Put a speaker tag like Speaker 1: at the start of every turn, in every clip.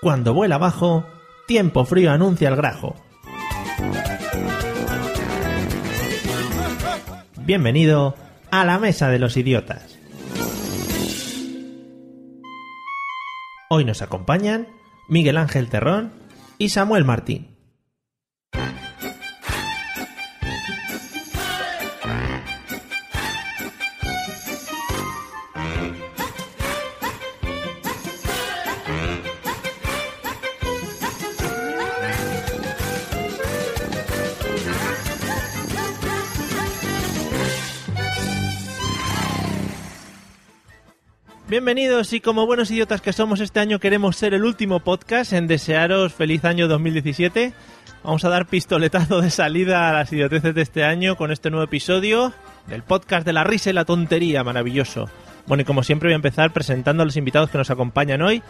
Speaker 1: Cuando vuela abajo, tiempo frío anuncia el grajo. Bienvenido a la Mesa de los Idiotas. Hoy nos acompañan Miguel Ángel Terrón y Samuel Martín. Bienvenidos y como buenos idiotas que somos este año queremos ser el último podcast en desearos feliz año 2017. Vamos a dar pistoletazo de salida a las idioteces de este año con este nuevo episodio del podcast de la risa y la tontería, maravilloso. Bueno, y como siempre voy a empezar presentando a los invitados que nos acompañan hoy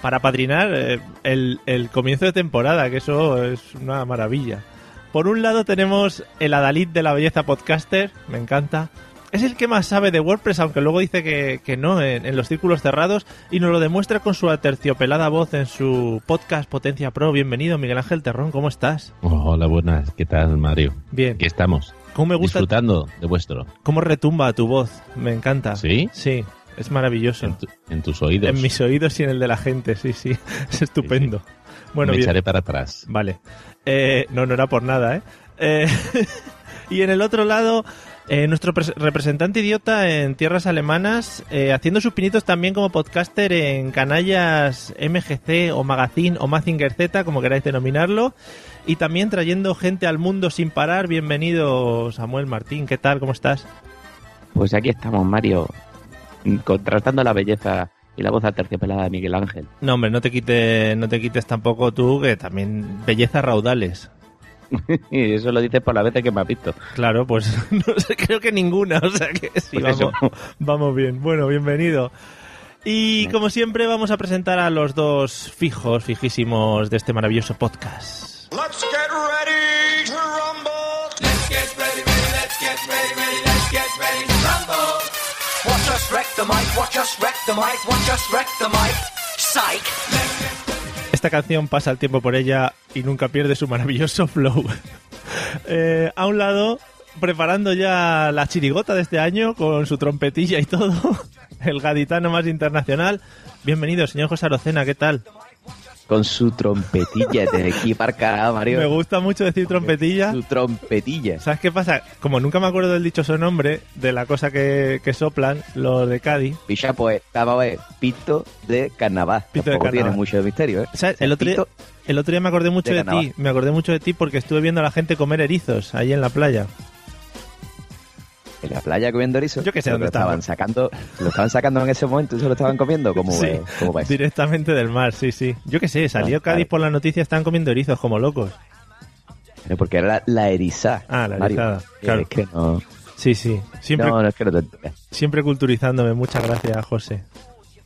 Speaker 1: para padrinar eh, el, el comienzo de temporada, que eso es una maravilla. Por un lado tenemos el Adalid de la belleza podcaster, me encanta es el que más sabe de WordPress, aunque luego dice que, que no en, en los círculos cerrados, y nos lo demuestra con su aterciopelada voz en su podcast Potencia Pro. Bienvenido, Miguel Ángel Terrón, ¿cómo estás?
Speaker 2: Hola, buenas. ¿Qué tal, Mario?
Speaker 1: Bien.
Speaker 2: Aquí estamos.
Speaker 1: ¿Cómo me gusta?
Speaker 2: Disfrutando de vuestro.
Speaker 1: ¿Cómo retumba tu voz? Me encanta.
Speaker 2: ¿Sí?
Speaker 1: Sí, es maravilloso.
Speaker 2: En, tu- en tus oídos.
Speaker 1: Ah. En mis oídos y en el de la gente, sí, sí. Es estupendo. Bueno,
Speaker 2: Me
Speaker 1: bien.
Speaker 2: echaré para atrás.
Speaker 1: Vale. Eh, no, no era por nada, ¿eh? Eh, y en el otro lado, eh, nuestro pres- representante idiota en tierras alemanas, eh, haciendo sus pinitos también como podcaster en canallas MGC o Magazine o Mazinger Z, como queráis denominarlo, y también trayendo gente al mundo sin parar. Bienvenido, Samuel Martín. ¿Qué tal? ¿Cómo estás?
Speaker 3: Pues aquí estamos, Mario, contrastando la belleza y la voz aterciopelada de Miguel Ángel.
Speaker 1: No, hombre, no te quites, no te quites tampoco tú, que también bellezas raudales.
Speaker 3: Y eso lo dices por las veces que me has visto.
Speaker 1: Claro, pues no sé, creo que ninguna, o sea que sí,
Speaker 3: Pues eso.
Speaker 1: vamos, vamos bien. Bueno, bienvenido. Y
Speaker 3: Gracias.
Speaker 1: como siempre vamos a presentar a los dos fijos, fijísimos de este maravilloso podcast.
Speaker 4: Let's get ready to rumble. Let's get ready, ready, let's get ready, ready, let's get ready to rumble. Watch us wreck the mic, watch us wreck the mic, watch us wreck the mic. Psych.
Speaker 1: Esta canción pasa el tiempo por ella y nunca pierde su maravilloso flow. Eh, a un lado, preparando ya la chirigota de este año con su trompetilla y todo, el gaditano más internacional. Bienvenido, señor José Arocena, ¿qué tal?
Speaker 3: Con su trompetilla de aquí para Mario.
Speaker 1: Me gusta mucho decir trompetilla.
Speaker 3: Su trompetilla.
Speaker 1: ¿Sabes qué pasa? Como nunca me acuerdo del dichoso nombre, de la cosa que, que soplan, los de Cádiz.
Speaker 3: Picha, pues, estaba eh, pito de carnaval.
Speaker 1: Pito de
Speaker 3: Tampoco
Speaker 1: carnaval.
Speaker 3: tiene mucho de misterio, ¿eh?
Speaker 1: ¿Sabes? El otro, día,
Speaker 3: Pito
Speaker 1: el otro día me acordé mucho
Speaker 3: de
Speaker 1: de, ti.
Speaker 3: carnaval.
Speaker 1: Me acordé mucho de ti porque estuve viendo a la gente comer erizos ahí en la playa.
Speaker 3: En la playa comiendo erizo.
Speaker 1: Yo que sé
Speaker 3: Lo
Speaker 1: dónde
Speaker 3: estaban sacando. Lo estaban sacando en ese momento y se lo estaban comiendo. Como,
Speaker 1: Sí.
Speaker 3: eh, como va eso?
Speaker 1: Directamente del mar, sí, sí. Yo qué sé, salió
Speaker 3: Ah,
Speaker 1: Cádiz
Speaker 3: vale.
Speaker 1: por la noticia, están comiendo erizos como locos.
Speaker 3: Pero Eh, Porque era la, la erizada.
Speaker 1: Ah, la
Speaker 3: Mario.
Speaker 1: erizada,
Speaker 3: Eh,
Speaker 1: claro.
Speaker 3: Es que no.
Speaker 1: Sí, sí. Siempre, Ah.
Speaker 3: No, no es que no te entiendas.
Speaker 1: siempre culturizándome. Muchas gracias, José.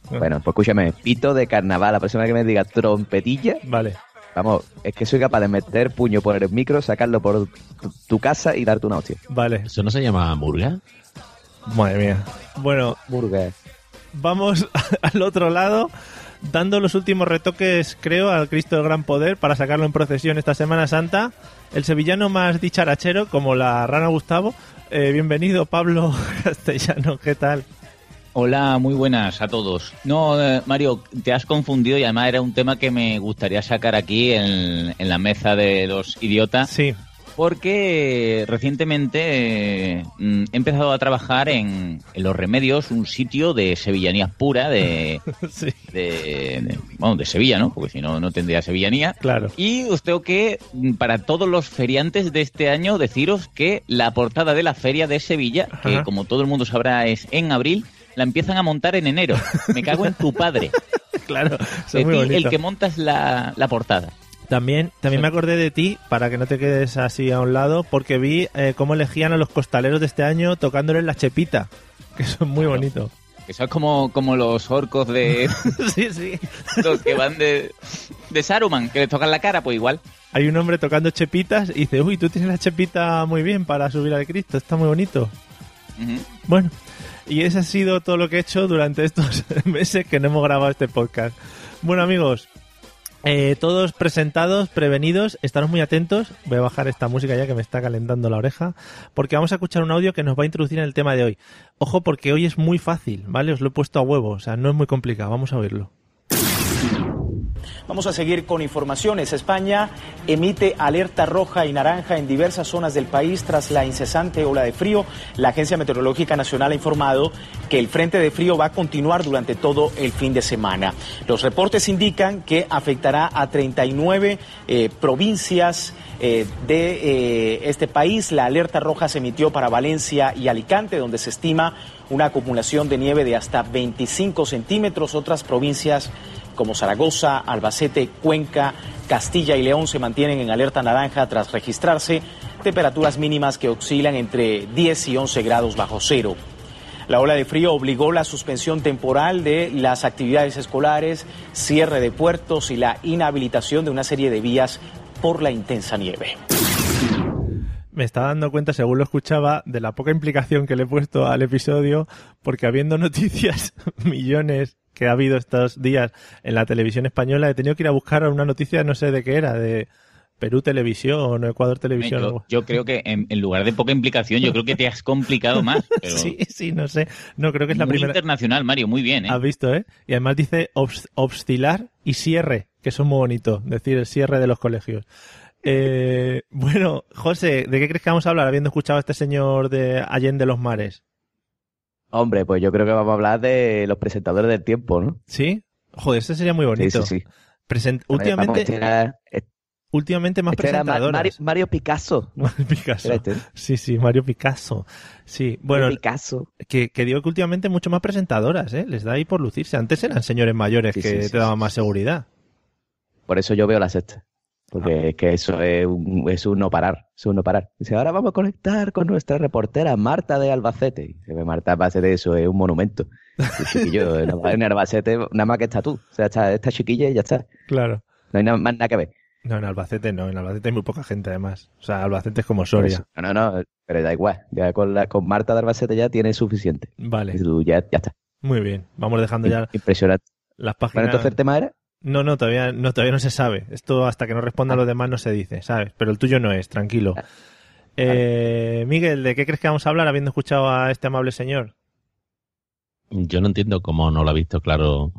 Speaker 3: Bueno, pues escúchame, pito de carnaval, la persona que me diga trompetilla,
Speaker 1: Vale.
Speaker 3: vamos, es que soy capaz de meter puño por el micro, sacarlo por tu, tu casa y darte una hostia.
Speaker 1: Vale.
Speaker 2: ¿Eso no se llama murga?
Speaker 1: Madre mía. Bueno,
Speaker 3: Burger.
Speaker 1: vamos al otro lado dando los últimos retoques, creo, al Cristo del Gran Poder para sacarlo en procesión esta Semana Santa. El sevillano más dicharachero, como la rana Gustavo. Eh, bienvenido, Pablo Castellano, ¿qué tal?
Speaker 5: Hola, muy buenas a todos. No, eh, Mario, te has confundido y además era un tema que me gustaría sacar aquí en, en la mesa de los idiotas,
Speaker 1: Sí,
Speaker 5: porque recientemente eh, mm, he empezado a trabajar en, en Los Remedios, un sitio de sevillanía pura, de,
Speaker 1: sí,
Speaker 5: de- de- bueno, de Sevilla, ¿no? Porque si no, no tendría sevillanía.
Speaker 1: claro.
Speaker 5: Y os tengo que, mm, para todos los feriantes de este año, deciros que la portada de la Feria de Sevilla, que
Speaker 1: Ajá.
Speaker 5: como todo el mundo sabrá es en abril, la empiezan a montar en enero. Me cago en tu padre.
Speaker 1: Claro, son
Speaker 5: De
Speaker 1: muy
Speaker 5: ti,
Speaker 1: bonitos.
Speaker 5: el que montas la, la portada.
Speaker 1: También, también me acordé de ti, para que no te quedes así a un lado, porque vi eh, cómo elegían a los costaleros de este año tocándoles la chepita, que son muy bonitos.
Speaker 5: Eso es como, como los orcos de
Speaker 1: sí, sí.
Speaker 5: los que van de, de Saruman, que le tocan la cara, pues igual.
Speaker 1: Hay un hombre tocando chepitas y dice, uy, tú tienes la chepita muy bien para subir al Cristo, está muy bonito.
Speaker 5: Ujú.
Speaker 1: Bueno, y eso ha sido todo lo que he hecho durante estos meses que no hemos grabado este podcast. Bueno, amigos, eh, todos presentados, prevenidos, estaros muy atentos. Voy a bajar esta música ya que me está calentando la oreja, porque vamos a escuchar un audio que nos va a introducir en el tema de hoy. Ojo, porque hoy es muy fácil, ¿vale? Os lo he puesto a huevo, o sea, no es muy complicado. Vamos a oírlo.
Speaker 6: Vamos a seguir con informaciones. España emite alerta roja y naranja en diversas zonas del país tras la incesante ola de frío. La Agencia Meteorológica Nacional ha informado que el frente de frío va a continuar durante todo el fin de semana. Los reportes indican que afectará a 39 eh, provincias eh, de eh, este país. La alerta roja se emitió para Valencia y Alicante, donde se estima una acumulación de nieve de hasta 25 centímetros. Otras provincias como Zaragoza, Albacete, Cuenca, Castilla y León se mantienen en alerta naranja tras registrarse temperaturas mínimas que oscilan entre 10 y 11 grados bajo cero. La ola de frío obligó la suspensión temporal de las actividades escolares, cierre de puertos y la inhabilitación de una serie de vías por la intensa nieve.
Speaker 1: Me estaba dando cuenta, según lo escuchaba, de la poca implicación que le he puesto al episodio, porque habiendo noticias, millones que ha habido estos días en la televisión española, he tenido que ir a buscar una noticia, no sé de qué era, de Perú Televisión o Ecuador Televisión.
Speaker 5: Yo,
Speaker 1: algo.
Speaker 5: yo creo que en, en lugar de poca implicación, yo creo que te has complicado más. Pero
Speaker 1: Sí, sí, no sé. No, creo que es la
Speaker 5: muy
Speaker 1: primera.
Speaker 5: internacional, Mario, muy bien, ¿eh?
Speaker 1: Has visto, ¿eh? Y además dice obs- obstilar y cierre, que son muy bonitos, decir el cierre de los colegios. Eh, bueno, José, ¿de qué crees que vamos a hablar habiendo escuchado a este señor de Allende los Mares?
Speaker 3: Hombre, pues yo creo que vamos a hablar de los presentadores del tiempo, ¿no?
Speaker 1: ¿Sí? Joder, este sería muy
Speaker 3: Sí,
Speaker 1: bonito.
Speaker 3: sí, sí.
Speaker 1: Present-
Speaker 3: A ver, vamos,
Speaker 1: últimamente,
Speaker 3: este era-
Speaker 1: últimamente más
Speaker 3: este era Ma-
Speaker 1: presentadores.
Speaker 3: Mario, Mario Picasso.
Speaker 1: Picasso.
Speaker 3: Era este, ¿no?
Speaker 1: Sí, sí, Mario Picasso. Sí, bueno,
Speaker 3: Mario Picasso.
Speaker 1: que, que digo que últimamente mucho más presentadoras, ¿eh? Les da ahí por lucirse. Antes eran señores mayores
Speaker 3: Sí,
Speaker 1: que
Speaker 3: sí, sí,
Speaker 1: te daban
Speaker 3: sí,
Speaker 1: más
Speaker 3: sí.
Speaker 1: seguridad.
Speaker 3: Por eso yo veo la sexta. Porque
Speaker 1: Ah.
Speaker 3: es que eso es un, es un no parar. Es un no parar. Dice, ahora vamos a conectar con nuestra reportera Marta de Albacete. Dice, Marta de Albacete, eso es un monumento. Y chiquillo, en Alba- en Albacete nada más que está tú. O sea, está esta chiquilla y ya está.
Speaker 1: Claro.
Speaker 3: No hay nada más nada que ver.
Speaker 1: No, en Albacete no, en Albacete hay muy poca gente además. O sea, Albacete es como
Speaker 3: Por
Speaker 1: Soria.
Speaker 3: eso. Pues, No, no, no, pero da igual. Ya con, la, con Marta de Albacete ya tiene suficiente. Y
Speaker 1: Vale,
Speaker 3: tú ya, ya está.
Speaker 1: muy bien. Vamos dejando ya
Speaker 3: Impresionante.
Speaker 1: las
Speaker 3: Bueno,
Speaker 1: páginas.
Speaker 3: entonces el tema era.
Speaker 1: No, no, todavía no, todavía no se sabe. Esto hasta que no responda a los demás no se dice, ¿sabes? Pero el tuyo no es, tranquilo. Eh, Miguel, ¿de qué crees que vamos a hablar habiendo escuchado a este amable señor?
Speaker 2: Yo no entiendo cómo no lo ha visto claro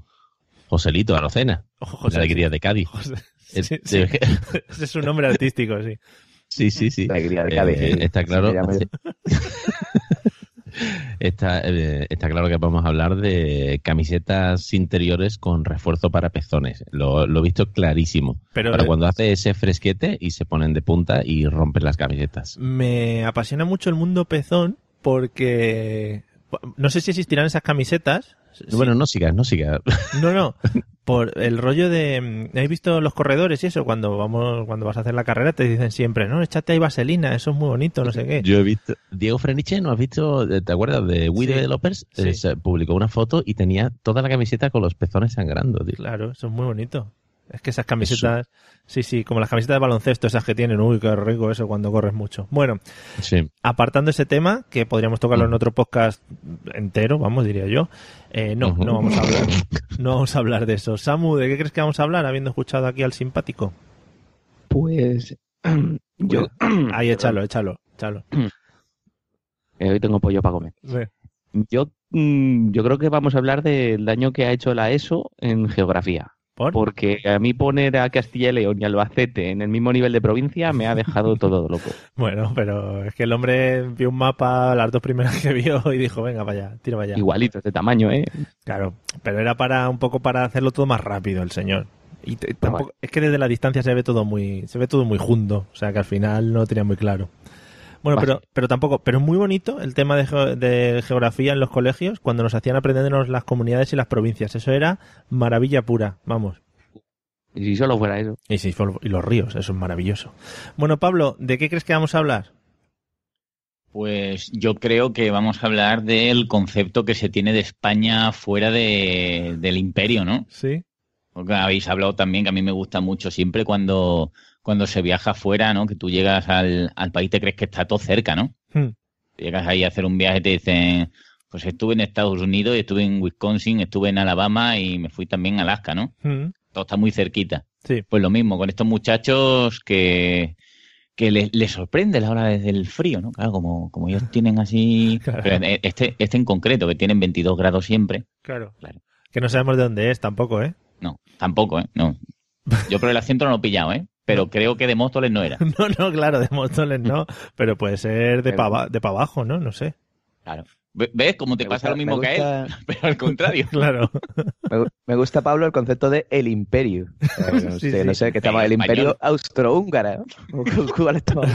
Speaker 2: Joselito Arocena,
Speaker 1: Ojo,
Speaker 2: la alegría de Cádiz.
Speaker 1: José-
Speaker 2: Eh,
Speaker 1: sí, sí.
Speaker 2: de-
Speaker 1: Ese es un nombre artístico, sí.
Speaker 2: Sí, sí, sí.
Speaker 3: La alegría de
Speaker 2: Eh,
Speaker 3: Cádiz.
Speaker 2: eh, está claro.
Speaker 3: Se llama-
Speaker 2: está, eh, está claro que vamos a hablar de camisetas interiores con refuerzo para pezones. Lo, lo he visto clarísimo.
Speaker 1: Pero
Speaker 2: Para cuando hace ese fresquete y se ponen de punta y rompen las camisetas.
Speaker 1: me apasiona mucho el mundo pezón porque no sé si existirán esas camisetas. Sí.
Speaker 2: Bueno, no sigas, no sigas.
Speaker 1: No, no. Por el rollo de. mm, ¿Habéis visto los corredores y eso? Cuando vamos, cuando vas a hacer la carrera te dicen siempre, no, échate ahí vaselina, eso es muy bonito, no sé qué.
Speaker 2: Yo he visto. Diego Freniche, ¿no has visto? eh, ¿Te acuerdas de We
Speaker 1: Sí.
Speaker 2: Developers?
Speaker 1: Sí.
Speaker 2: Eh, se publicó una foto y tenía toda la camiseta con los pezones sangrando. tío.
Speaker 1: Claro, eso es muy bonito. Es que esas camisetas, sí, sí, como las camisetas de baloncesto, esas que tienen, uy, qué rico eso cuando corres mucho. Bueno,
Speaker 2: Sí.
Speaker 1: apartando ese tema, que podríamos tocarlo en
Speaker 2: Ujú.
Speaker 1: otro podcast entero, vamos, diría yo, eh, no,
Speaker 2: Ujú.
Speaker 1: no vamos a hablar, no vamos a hablar de eso. Samu, ¿de qué crees que vamos a hablar habiendo escuchado aquí al simpático?
Speaker 3: Pues. Yo.
Speaker 1: Pues- Ahí, échalo, échalo, échalo.
Speaker 3: Eh, Hoy tengo pollo para comer.
Speaker 1: Ve.
Speaker 3: Yo, mm, yo creo que vamos a hablar del daño que ha hecho la ESO en geografía.
Speaker 1: ¿Por?
Speaker 3: Porque a mí poner a Castilla y León y Albacete en el mismo nivel de provincia me ha dejado todo loco.
Speaker 1: Bueno, pero es que el hombre vio un mapa, las dos primeras que vio, y dijo, venga, vaya, tira vaya.
Speaker 3: Igualito de tamaño, ¿eh?
Speaker 1: Claro, pero era para un poco para hacerlo todo más rápido el señor. Y te- tampoco- es que desde la distancia se ve todo muy se ve todo muy junto, o sea que al final no lo tenía muy claro. Bueno,
Speaker 2: Vale.
Speaker 1: pero, pero tampoco, pero es muy bonito el tema de, geo- de geografía en los colegios cuando nos hacían aprendernos las comunidades y las provincias. Eso era maravilla pura, vamos.
Speaker 3: Y si solo fuera eso.
Speaker 1: Y, sí, y los ríos, eso es maravilloso. Bueno, Pablo, ¿de qué crees que vamos a hablar?
Speaker 5: Pues yo creo que vamos a hablar del concepto que se tiene de España fuera de- del imperio, ¿no?
Speaker 1: Sí.
Speaker 5: Porque habéis hablado también que a mí me gusta mucho siempre cuando, cuando se viaja fuera, ¿no? Que tú llegas al, al país, te crees que está todo cerca, ¿no?
Speaker 1: Hmm.
Speaker 5: Llegas ahí a hacer un viaje y te dicen, pues estuve en Estados Unidos, estuve en Wisconsin, estuve en Alabama y me fui también a Alaska, ¿no?
Speaker 1: hmm.
Speaker 5: todo está muy cerquita.
Speaker 1: Sí.
Speaker 5: Pues lo mismo con estos muchachos que, que les, les sorprende la hora desde el frío, ¿no? Claro, como, como ellos tienen así.
Speaker 1: Claro.
Speaker 5: pero este, este en concreto, que tienen 22 grados siempre.
Speaker 1: Claro.
Speaker 5: Claro.
Speaker 1: Que no sabemos de dónde es tampoco, ¿eh?
Speaker 5: No, tampoco, ¿eh? No. Yo por el acento no lo he pillado, ¿eh? Pero creo que de Móstoles no era.
Speaker 1: No, no, claro, de Móstoles no, pero puede ser de
Speaker 3: Pero-
Speaker 1: para de pa abajo, ¿no? No sé.
Speaker 5: Claro. Ve- ¿Ves cómo te
Speaker 3: Me
Speaker 5: pasa
Speaker 3: gusta-
Speaker 5: lo mismo
Speaker 3: me
Speaker 5: que a él?
Speaker 3: gusta-
Speaker 5: Pero al contrario.
Speaker 1: Claro.
Speaker 3: Me, gu- me gusta, Pablo, el concepto de el imperio. Eh, no,
Speaker 1: Sí,
Speaker 3: sé,
Speaker 1: sí.
Speaker 3: no sé qué estaba, el
Speaker 5: Imperio
Speaker 3: imperio austrohúngara. ¿no? ¿Con cuál estaba?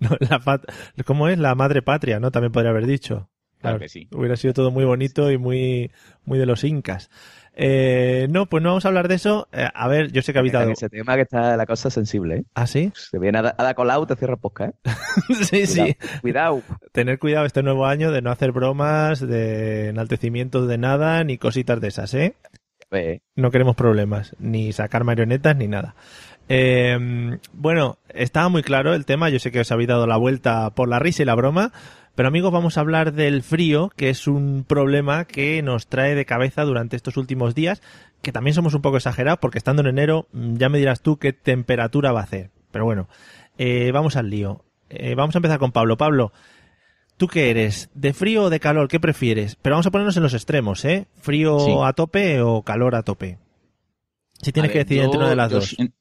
Speaker 1: No, la pat- ¿Cómo es? La madre patria, ¿no? También podría haber dicho.
Speaker 5: Claro que sí.
Speaker 1: Hubiera sido todo muy bonito y muy, muy de los incas. Eh, no, pues no vamos a hablar de eso. Eh, a ver, yo sé que habéis
Speaker 3: En
Speaker 1: dado...
Speaker 3: ese tema que está la cosa sensible, ¿eh?
Speaker 1: ¿Ah, sí?
Speaker 3: Se viene a dar colau, te cierra posca, ¿eh?
Speaker 1: sí, sí.
Speaker 3: Cuidado.
Speaker 1: Tener cuidado este nuevo año de no hacer bromas, de enaltecimientos de nada, ni cositas de esas, ¿eh?
Speaker 3: Eh,
Speaker 1: No queremos problemas, ni sacar marionetas, ni nada. Eh, bueno, estaba muy claro el tema, yo sé que os habéis dado la vuelta por la risa y la broma, pero amigos, vamos a hablar del frío, que es un problema que nos trae de cabeza durante estos últimos días, que también somos un poco exagerados, porque estando en enero mm, ya me dirás tú qué temperatura va a hacer. Pero bueno, eh, vamos al lío. Eh, vamos a empezar con Pablo. Pablo, ¿Tú qué eres? ¿De frío o de calor? ¿Qué prefieres? Pero vamos a ponernos en los extremos, ¿eh? ¿Frío
Speaker 5: Sí.
Speaker 1: a tope o calor a tope? Si tienes
Speaker 5: A
Speaker 1: que
Speaker 5: ver,
Speaker 1: decidir entre
Speaker 5: yo-
Speaker 1: una de las
Speaker 5: yo
Speaker 1: dos.
Speaker 5: si-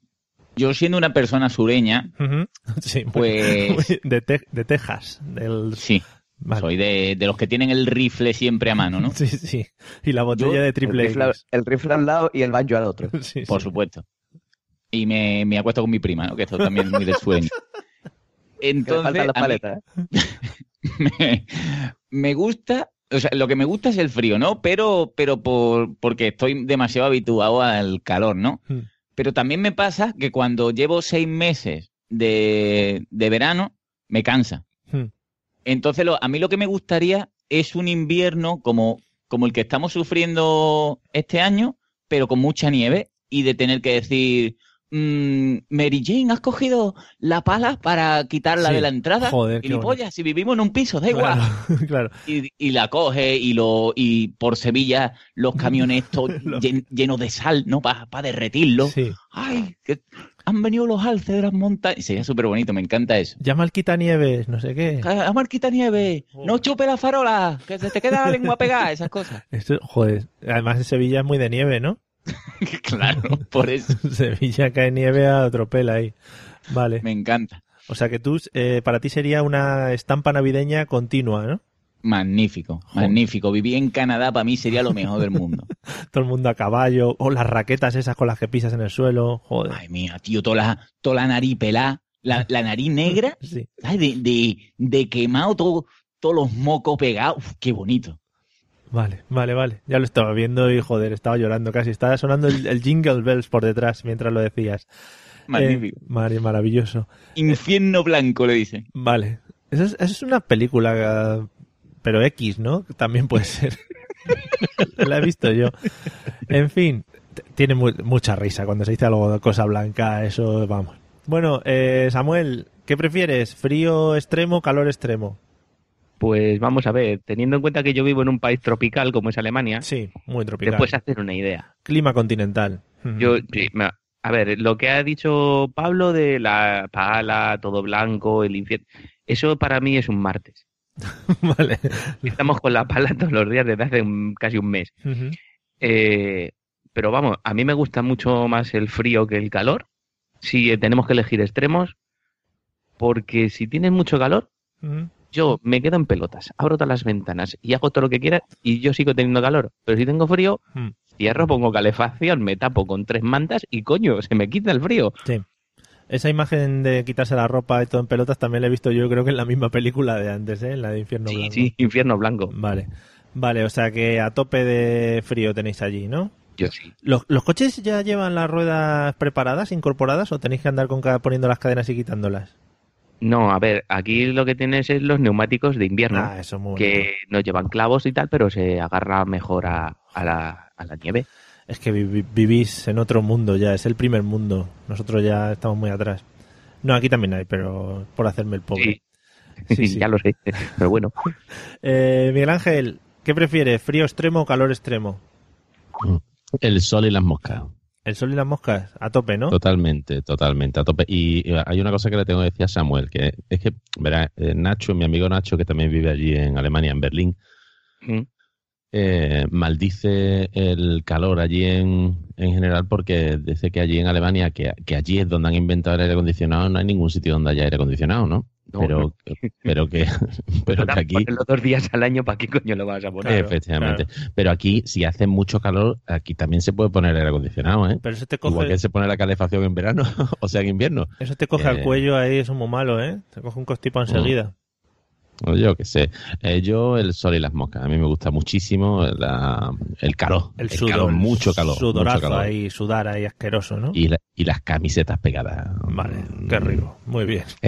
Speaker 5: Yo siendo una persona sureña,
Speaker 1: Ujú. Sí, muy-
Speaker 5: pues
Speaker 1: muy- de, Te- de Texas. Del...
Speaker 5: sí,
Speaker 1: Vale.
Speaker 5: soy de, de los que tienen el rifle siempre a mano, ¿no?
Speaker 1: Sí, sí. Y la botella
Speaker 5: Yo-
Speaker 1: de
Speaker 3: el,
Speaker 1: triple
Speaker 3: rifle,
Speaker 1: X.
Speaker 3: el rifle al lado y el banjo al otro.
Speaker 1: Sí, sí.
Speaker 5: Por supuesto. Y me, me acuesto con mi prima, ¿no? que esto también es muy del sueño.
Speaker 3: Que le
Speaker 5: Entonces,
Speaker 3: faltan las
Speaker 5: a mí
Speaker 3: paletas. ¿eh?
Speaker 5: me, me gusta, o sea, lo que me gusta es el frío, ¿no? Pero, pero por, porque estoy demasiado habituado al calor, ¿no?
Speaker 1: Hmm.
Speaker 5: Pero también me pasa que cuando llevo seis meses de, de verano, me cansa.
Speaker 1: Hmm.
Speaker 5: Entonces, lo- a mí lo que me gustaría es un invierno como, como el que estamos sufriendo este año, pero con mucha nieve y de tener que decir, mm, Mary Jane, ¿has cogido la pala para quitarla
Speaker 1: Sí.
Speaker 5: de la entrada?
Speaker 1: Joder, qué
Speaker 5: y si vivimos en un piso, da igual.
Speaker 1: Claro, claro.
Speaker 5: Y, y la coge y lo y por Sevilla los camiones to-
Speaker 1: Lo-
Speaker 5: llen- llenos de sal, ¿no? Para derretirlo.
Speaker 1: Sí.
Speaker 5: ¡Ay! Que han venido los alces de las montañas. Sería súper bonito, me encanta eso.
Speaker 1: Llama al quitanieves, no sé qué.
Speaker 5: ¡Ah, Marquita Nieve! ¡No chupe la farola! ¡Que se te queda la lengua pegada! Esas cosas.
Speaker 1: Esto, joder. Además, en Sevilla es muy de nieve, ¿no?
Speaker 5: claro, por eso.
Speaker 1: Sevilla cae nieve a tropel ahí. Vale.
Speaker 5: Me encanta.
Speaker 1: O sea que tú, eh, para ti sería una estampa navideña continua, ¿no?
Speaker 5: Magnífico, magnífico. Vivir en Canadá para mí sería lo mejor del mundo.
Speaker 1: Todo el mundo a caballo, o las raquetas esas con las que pisas en el suelo, joder.
Speaker 5: Ay, mía, tío, toda la, toda la nariz pelada, la, la nariz negra
Speaker 1: Sí.
Speaker 5: ¿sabes? De, de, de quemado todo, todos los mocos pegados. Uf, qué bonito.
Speaker 1: Vale, vale, vale. Ya lo estaba viendo y joder, estaba llorando casi. Estaba sonando el, el jingle bells por detrás mientras lo decías.
Speaker 5: Magnífico.
Speaker 1: Eh, mari- maravilloso.
Speaker 5: Infierno blanco, le dicen.
Speaker 1: Vale. Eso es, eso es una película, eh, pero X, ¿no? También puede ser. La he visto yo. En fin, t- tiene mu- mucha risa cuando se dice algo de cosa blanca, eso, vamos. Bueno, eh, Samuel, ¿qué prefieres? ¿Frío extremo calor extremo?
Speaker 7: Pues vamos a ver, teniendo en cuenta que yo vivo en un país tropical como es Alemania,
Speaker 1: Sí, muy
Speaker 7: te
Speaker 1: tropical.
Speaker 7: puedes hacer una idea.
Speaker 1: Clima continental. Ujú.
Speaker 7: pues, Yo, sí, me- a ver, lo que ha dicho Pablo de la pala, todo blanco, el infierno, eso para mí es un martes.
Speaker 1: vale.
Speaker 7: Estamos con la pala todos los días desde hace un- casi un mes.
Speaker 1: Ujú.
Speaker 7: Eh, pero vamos, a mí me gusta mucho más el frío que el calor. Si eh, tenemos que elegir extremos, porque si tienes mucho calor,
Speaker 1: Ujú.
Speaker 7: yo me quedo en pelotas, abro todas las ventanas y hago todo lo que quiera y yo sigo teniendo calor. Pero si tengo frío,
Speaker 1: Hmm.
Speaker 7: cierro, pongo calefacción, me tapo con tres mantas y coño, se me quita el frío.
Speaker 1: Esa imagen de quitarse la ropa y todo en pelotas también la he visto yo creo que en la misma película de antes, ¿eh? En la de Infierno
Speaker 7: sí,
Speaker 1: Blanco.
Speaker 7: sí, infierno blanco.
Speaker 1: Vale. Vale, o sea que a tope de frío tenéis allí, ¿no?
Speaker 7: Yo sí.
Speaker 1: ¿Los, los coches ya llevan las ruedas preparadas, incorporadas, o tenéis que andar con cada, poniendo las cadenas y quitándolas?
Speaker 7: No, a ver, aquí lo que tienes es los neumáticos de invierno,
Speaker 1: Ah, eso es muy bonito.
Speaker 7: que no llevan clavos y tal, pero se agarra mejor a, a la, a la nieve.
Speaker 1: Es que vi- vi- vivís en otro mundo ya, es el primer mundo. Nosotros ya estamos muy atrás. No, aquí también hay, pero por hacerme el pobre.
Speaker 7: Sí,
Speaker 1: Sí, sí.
Speaker 7: ya lo sé, pero bueno.
Speaker 1: Eh, Miguel Ángel, ¿qué prefieres, frío extremo o calor extremo?
Speaker 2: El sol y las moscas.
Speaker 1: El sol y las moscas, a tope, ¿no?
Speaker 2: Totalmente, totalmente, a tope. Y eh, hay una cosa que le tengo que decir a Samuel, que es que, verá, eh, Nacho, mi amigo Nacho, que también vive allí en Alemania, en Berlín,
Speaker 7: Mm.
Speaker 2: eh, maldice el calor allí en, en general porque dice que allí en Alemania, que, que allí es donde han inventado el aire acondicionado, no hay ningún sitio donde haya aire acondicionado, ¿no?
Speaker 7: No,
Speaker 2: pero, pero que, pero que
Speaker 7: Total,
Speaker 2: aquí...
Speaker 7: ponerlo dos días al año, ¿para qué coño lo vas a poner?
Speaker 1: Claro,
Speaker 2: Efectivamente. Pero aquí, si hace mucho calor, aquí también se puede poner aire acondicionado, ¿eh?
Speaker 1: Pero eso te
Speaker 2: Igual
Speaker 1: coge,
Speaker 2: que se pone la calefacción en verano, o sea, en invierno.
Speaker 1: eso te coge al
Speaker 2: eh, Mm,
Speaker 1: cuello ahí, eso es muy malo, ¿eh? Te coge un costipo enseguida.
Speaker 2: O Pues Yo qué sé. Eh, yo el sol y las moscas. A mí me gusta muchísimo la- el calor.
Speaker 1: El sudor,
Speaker 2: calor, mucho calor. mucho
Speaker 1: Sudorazo
Speaker 2: calor.
Speaker 1: ahí, sudar ahí asqueroso, ¿no?
Speaker 2: Y, mm, la- y las camisetas pegadas.
Speaker 1: Vale, qué rico, muy bien.
Speaker 2: eh,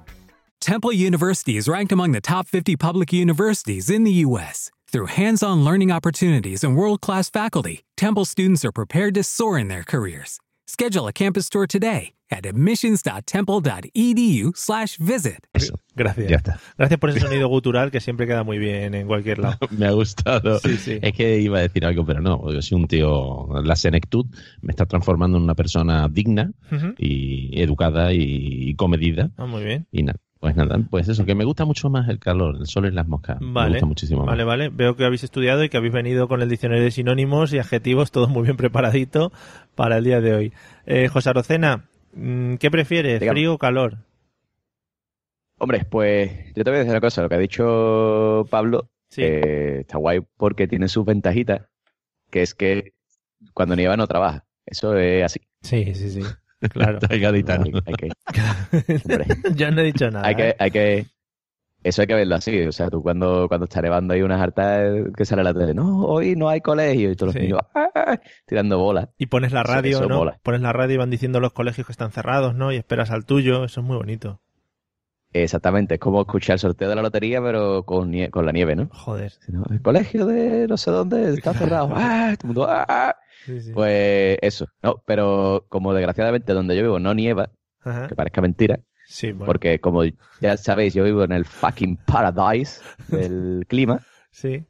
Speaker 8: Temple University is ranked among the top 50 public universities in the U.S. Through hands on learning opportunities and world class faculty, Temple students are prepared to soar in their careers. Schedule a campus tour today at E admissions.temple.edu/slash visit.
Speaker 2: Eso,
Speaker 1: Gracias.
Speaker 2: ya está.
Speaker 1: Gracias por ese sonido gutural que siempre queda muy bien en cualquier lado.
Speaker 2: Me ha gustado.
Speaker 1: Sí, sí.
Speaker 2: Es que iba a decir algo, pero no. Yo soy un tío. La senectud me está transformando en una persona digna
Speaker 1: Ujú.
Speaker 2: y educada y comedida.
Speaker 1: Ah, muy bien.
Speaker 2: Y nada, pues nada, pues eso, que me gusta mucho más el calor, el sol y las moscas. Me
Speaker 1: Vale.
Speaker 2: gusta muchísimo más.
Speaker 1: Vale, vale. Veo que habéis estudiado y que habéis venido con el diccionario de sinónimos y adjetivos, todo muy bien preparadito para el día de hoy. Eh, José Arocena, mm, ¿qué prefieres,
Speaker 3: Dígame.
Speaker 1: frío o calor?
Speaker 3: Hombre, pues yo te voy a decir una cosa, lo que ha dicho Pablo
Speaker 1: Sí.
Speaker 3: eh, está guay porque tiene sus ventajitas, que es que cuando nieva no trabaja. Eso es así.
Speaker 1: Sí, sí, sí. pues Claro.
Speaker 2: Está el gaditano.
Speaker 3: Hay, hay que, hombre,
Speaker 1: Yo no he dicho nada.
Speaker 3: hay
Speaker 1: ¿eh?
Speaker 3: que, hay que- eso hay que verlo así. O sea, tú cuando, cuando está nevando hay unas hartas que sale a la tele, no, hoy no hay colegio, y todos
Speaker 1: Sí.
Speaker 3: los niños "Ah", tirando bolas.
Speaker 1: Y pones la
Speaker 3: Eso-
Speaker 1: radio,
Speaker 3: eso
Speaker 1: ¿no?
Speaker 3: mola.
Speaker 1: Pones la radio y van diciendo los colegios que están cerrados, ¿no? Y esperas al tuyo. Eso es muy bonito.
Speaker 3: Exactamente, es como escuchar el sorteo de la lotería, pero con, nie- con la nieve, ¿no?
Speaker 1: Joder.
Speaker 3: Si no, El colegio de no sé dónde está cerrado. ¡Ah! Todo el mundo, "Ah".
Speaker 1: Sí, sí.
Speaker 3: Pues eso, no, pero como desgraciadamente donde yo vivo no nieva,
Speaker 1: Ajá.
Speaker 3: que parezca mentira,
Speaker 1: Sí, bueno.
Speaker 3: porque como ya sabéis, yo vivo en el fucking paradise del clima,
Speaker 1: Sí.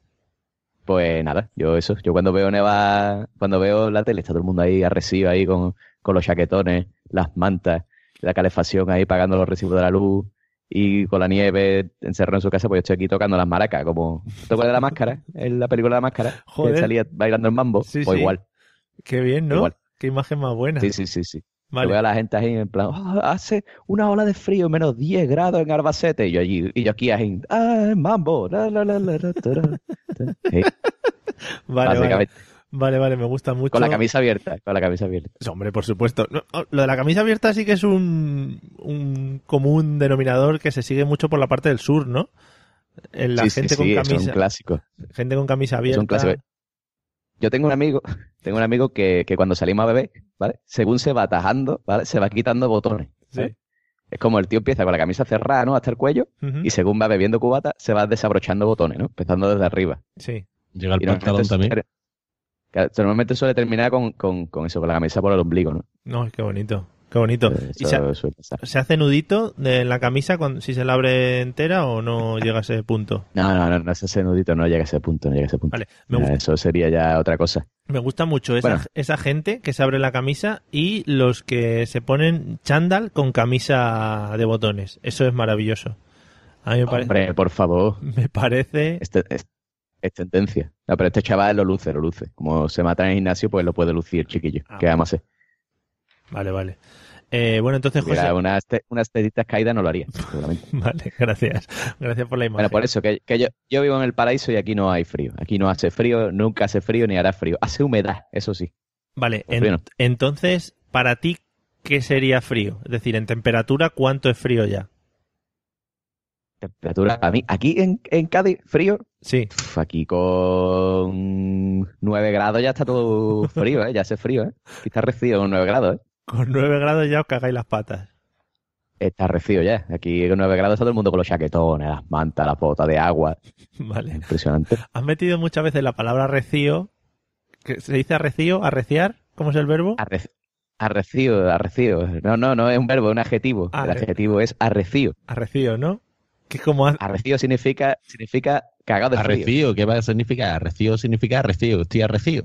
Speaker 3: pues nada, yo eso, yo cuando veo neva, cuando veo la tele, está todo el mundo ahí arrecido ahí con, con los chaquetones, las mantas, la calefacción ahí pagando los recibos de la luz y con la nieve encerrado en su casa, pues yo estoy aquí tocando las maracas, como toco de la máscara, en la película de la máscara,
Speaker 1: Joder.
Speaker 3: que salía bailando el mambo,
Speaker 1: Sí,
Speaker 3: pues
Speaker 1: sí.
Speaker 3: igual,
Speaker 1: Qué bien, ¿no?
Speaker 3: Igual.
Speaker 1: Qué imagen más buena.
Speaker 3: sí, sí, sí, sí. Yo
Speaker 1: Vale.
Speaker 3: veo a la gente ahí en plan, "Ah, hace una ola de frío, menos 10 grados en Albacete. Y yo allí, y yo aquí ahí, ah, mambo. la, la, la, la, la, ta, la". Sí,
Speaker 1: Vale, vale,
Speaker 3: básicamente,
Speaker 1: vale, vale, me gusta mucho.
Speaker 3: Con la camisa abierta, con la camisa abierta.
Speaker 1: Sí, Hombre, por supuesto. No, no, Lo de la camisa abierta sí que es un, un común denominador que se sigue mucho por la parte del sur, ¿no? En la
Speaker 3: Sí, sí,
Speaker 1: gente, con
Speaker 3: sí, eso es un
Speaker 1: camisa,
Speaker 3: clásico.
Speaker 1: gente con camisa
Speaker 3: es
Speaker 1: abierta.
Speaker 3: un clásico. Yo tengo un amigo, tengo un amigo que, que cuando salimos a beber, ¿vale? Según se va atajando, ¿vale? Se va quitando botones. ¿vale?
Speaker 1: Sí.
Speaker 3: Es como el tío empieza con la camisa cerrada, ¿no? Hasta el cuello,
Speaker 1: Ujú,
Speaker 3: y según va bebiendo cubata, se va desabrochando botones, ¿no? Empezando desde arriba.
Speaker 1: sí.
Speaker 2: Llega el
Speaker 3: Y normalmente
Speaker 2: pantalón
Speaker 3: eso-
Speaker 2: también.
Speaker 3: claro, normalmente suele terminar con, con, con eso, con la camisa por el ombligo, ¿no? Eh,
Speaker 1: No, qué bonito. Qué bonito. ¿Y se,
Speaker 3: Eso suele pasar.
Speaker 1: se hace nudito de- en la camisa cuando, si se la abre entera o no llega a ese punto?
Speaker 3: No, no, no, no, ese nudito no llega a ese punto, no llega a ese punto.
Speaker 1: Vale, me,
Speaker 3: Ya,
Speaker 1: gusta,
Speaker 3: Eso sería ya otra cosa.
Speaker 1: me gusta mucho esa,
Speaker 3: Bueno.
Speaker 1: esa gente que se abre la camisa y los que se ponen chándal con camisa de botones. Eso es maravilloso. A mí me, pare-
Speaker 3: Hombre, por favor,
Speaker 1: me parece...
Speaker 3: este- es, es tendencia. No, pero este chaval lo luce, lo luce. Como se mata en el gimnasio, pues lo puede lucir, chiquillo. eh,
Speaker 1: Ah.
Speaker 3: ¿Qué vamos a hacer?
Speaker 1: Vale, vale. Eh, bueno, entonces,
Speaker 3: Si
Speaker 1: José...
Speaker 3: tuviera unas, te- unas tetitas caídas no lo haría, seguramente.
Speaker 1: Vale, gracias. Gracias por la imagen.
Speaker 3: Bueno, por eso, que, que yo, yo vivo en el paraíso y aquí no hay frío. Aquí no hace frío, nunca hace frío ni hará frío. Hace humedad, eso sí.
Speaker 1: Vale,
Speaker 3: Pues
Speaker 1: en-
Speaker 3: bien.
Speaker 1: entonces, para ti, ¿qué sería frío? Es decir, en temperatura, ¿cuánto es frío ya?
Speaker 3: Temperatura, a mí, aquí en, en Cádiz, frío,
Speaker 1: Sí,
Speaker 3: Uf, aquí con 9 grados ya está todo frío, ¿eh? ya hace frío. ¿eh? Aquí está recido con 9 grados. ¿eh?
Speaker 1: con 9 grados ya os cagáis las patas.
Speaker 3: Está recido ya. Aquí con 9 grados está todo el mundo con los chaquetones, las mantas, las botas de agua.
Speaker 1: Vale.
Speaker 3: Impresionante.
Speaker 1: Has metido muchas veces la palabra rocío. que ¿Se dice arrecío? ¿Arreciar? ¿Cómo es el verbo?
Speaker 3: Arre- Arrecido, arrecido. No, no, no es un verbo, es un adjetivo.
Speaker 1: Ah,
Speaker 3: el
Speaker 1: eh.
Speaker 3: adjetivo es arrecido.
Speaker 1: Arrecío, ¿no? Que es como... ha-
Speaker 3: Arrecido significa, significa cagado de frío.
Speaker 2: Arrecío, ¿qué va a significar? Arrecío significa arrecío, estoy arrecío.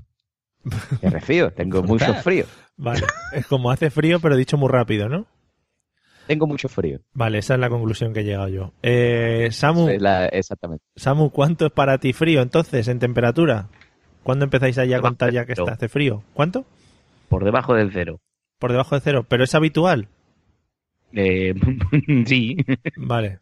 Speaker 3: Arrecido, tengo mucho frío.
Speaker 1: Vale, es como hace frío, pero dicho muy rápido, ¿no?
Speaker 3: Tengo mucho frío.
Speaker 1: Vale, esa es la conclusión que he llegado yo. Eh, Samu,
Speaker 3: Es la- exactamente.
Speaker 1: Samu, ¿cuánto es para ti frío entonces en temperatura? ¿Cuándo empezáis ahí a
Speaker 7: Debajo
Speaker 1: contar
Speaker 7: de
Speaker 1: ya que
Speaker 7: cero.
Speaker 1: está, hace frío? ¿Cuánto?
Speaker 7: por debajo del cero.
Speaker 1: Por debajo de cero, pero es habitual.
Speaker 7: Eh, sí,
Speaker 1: Vale.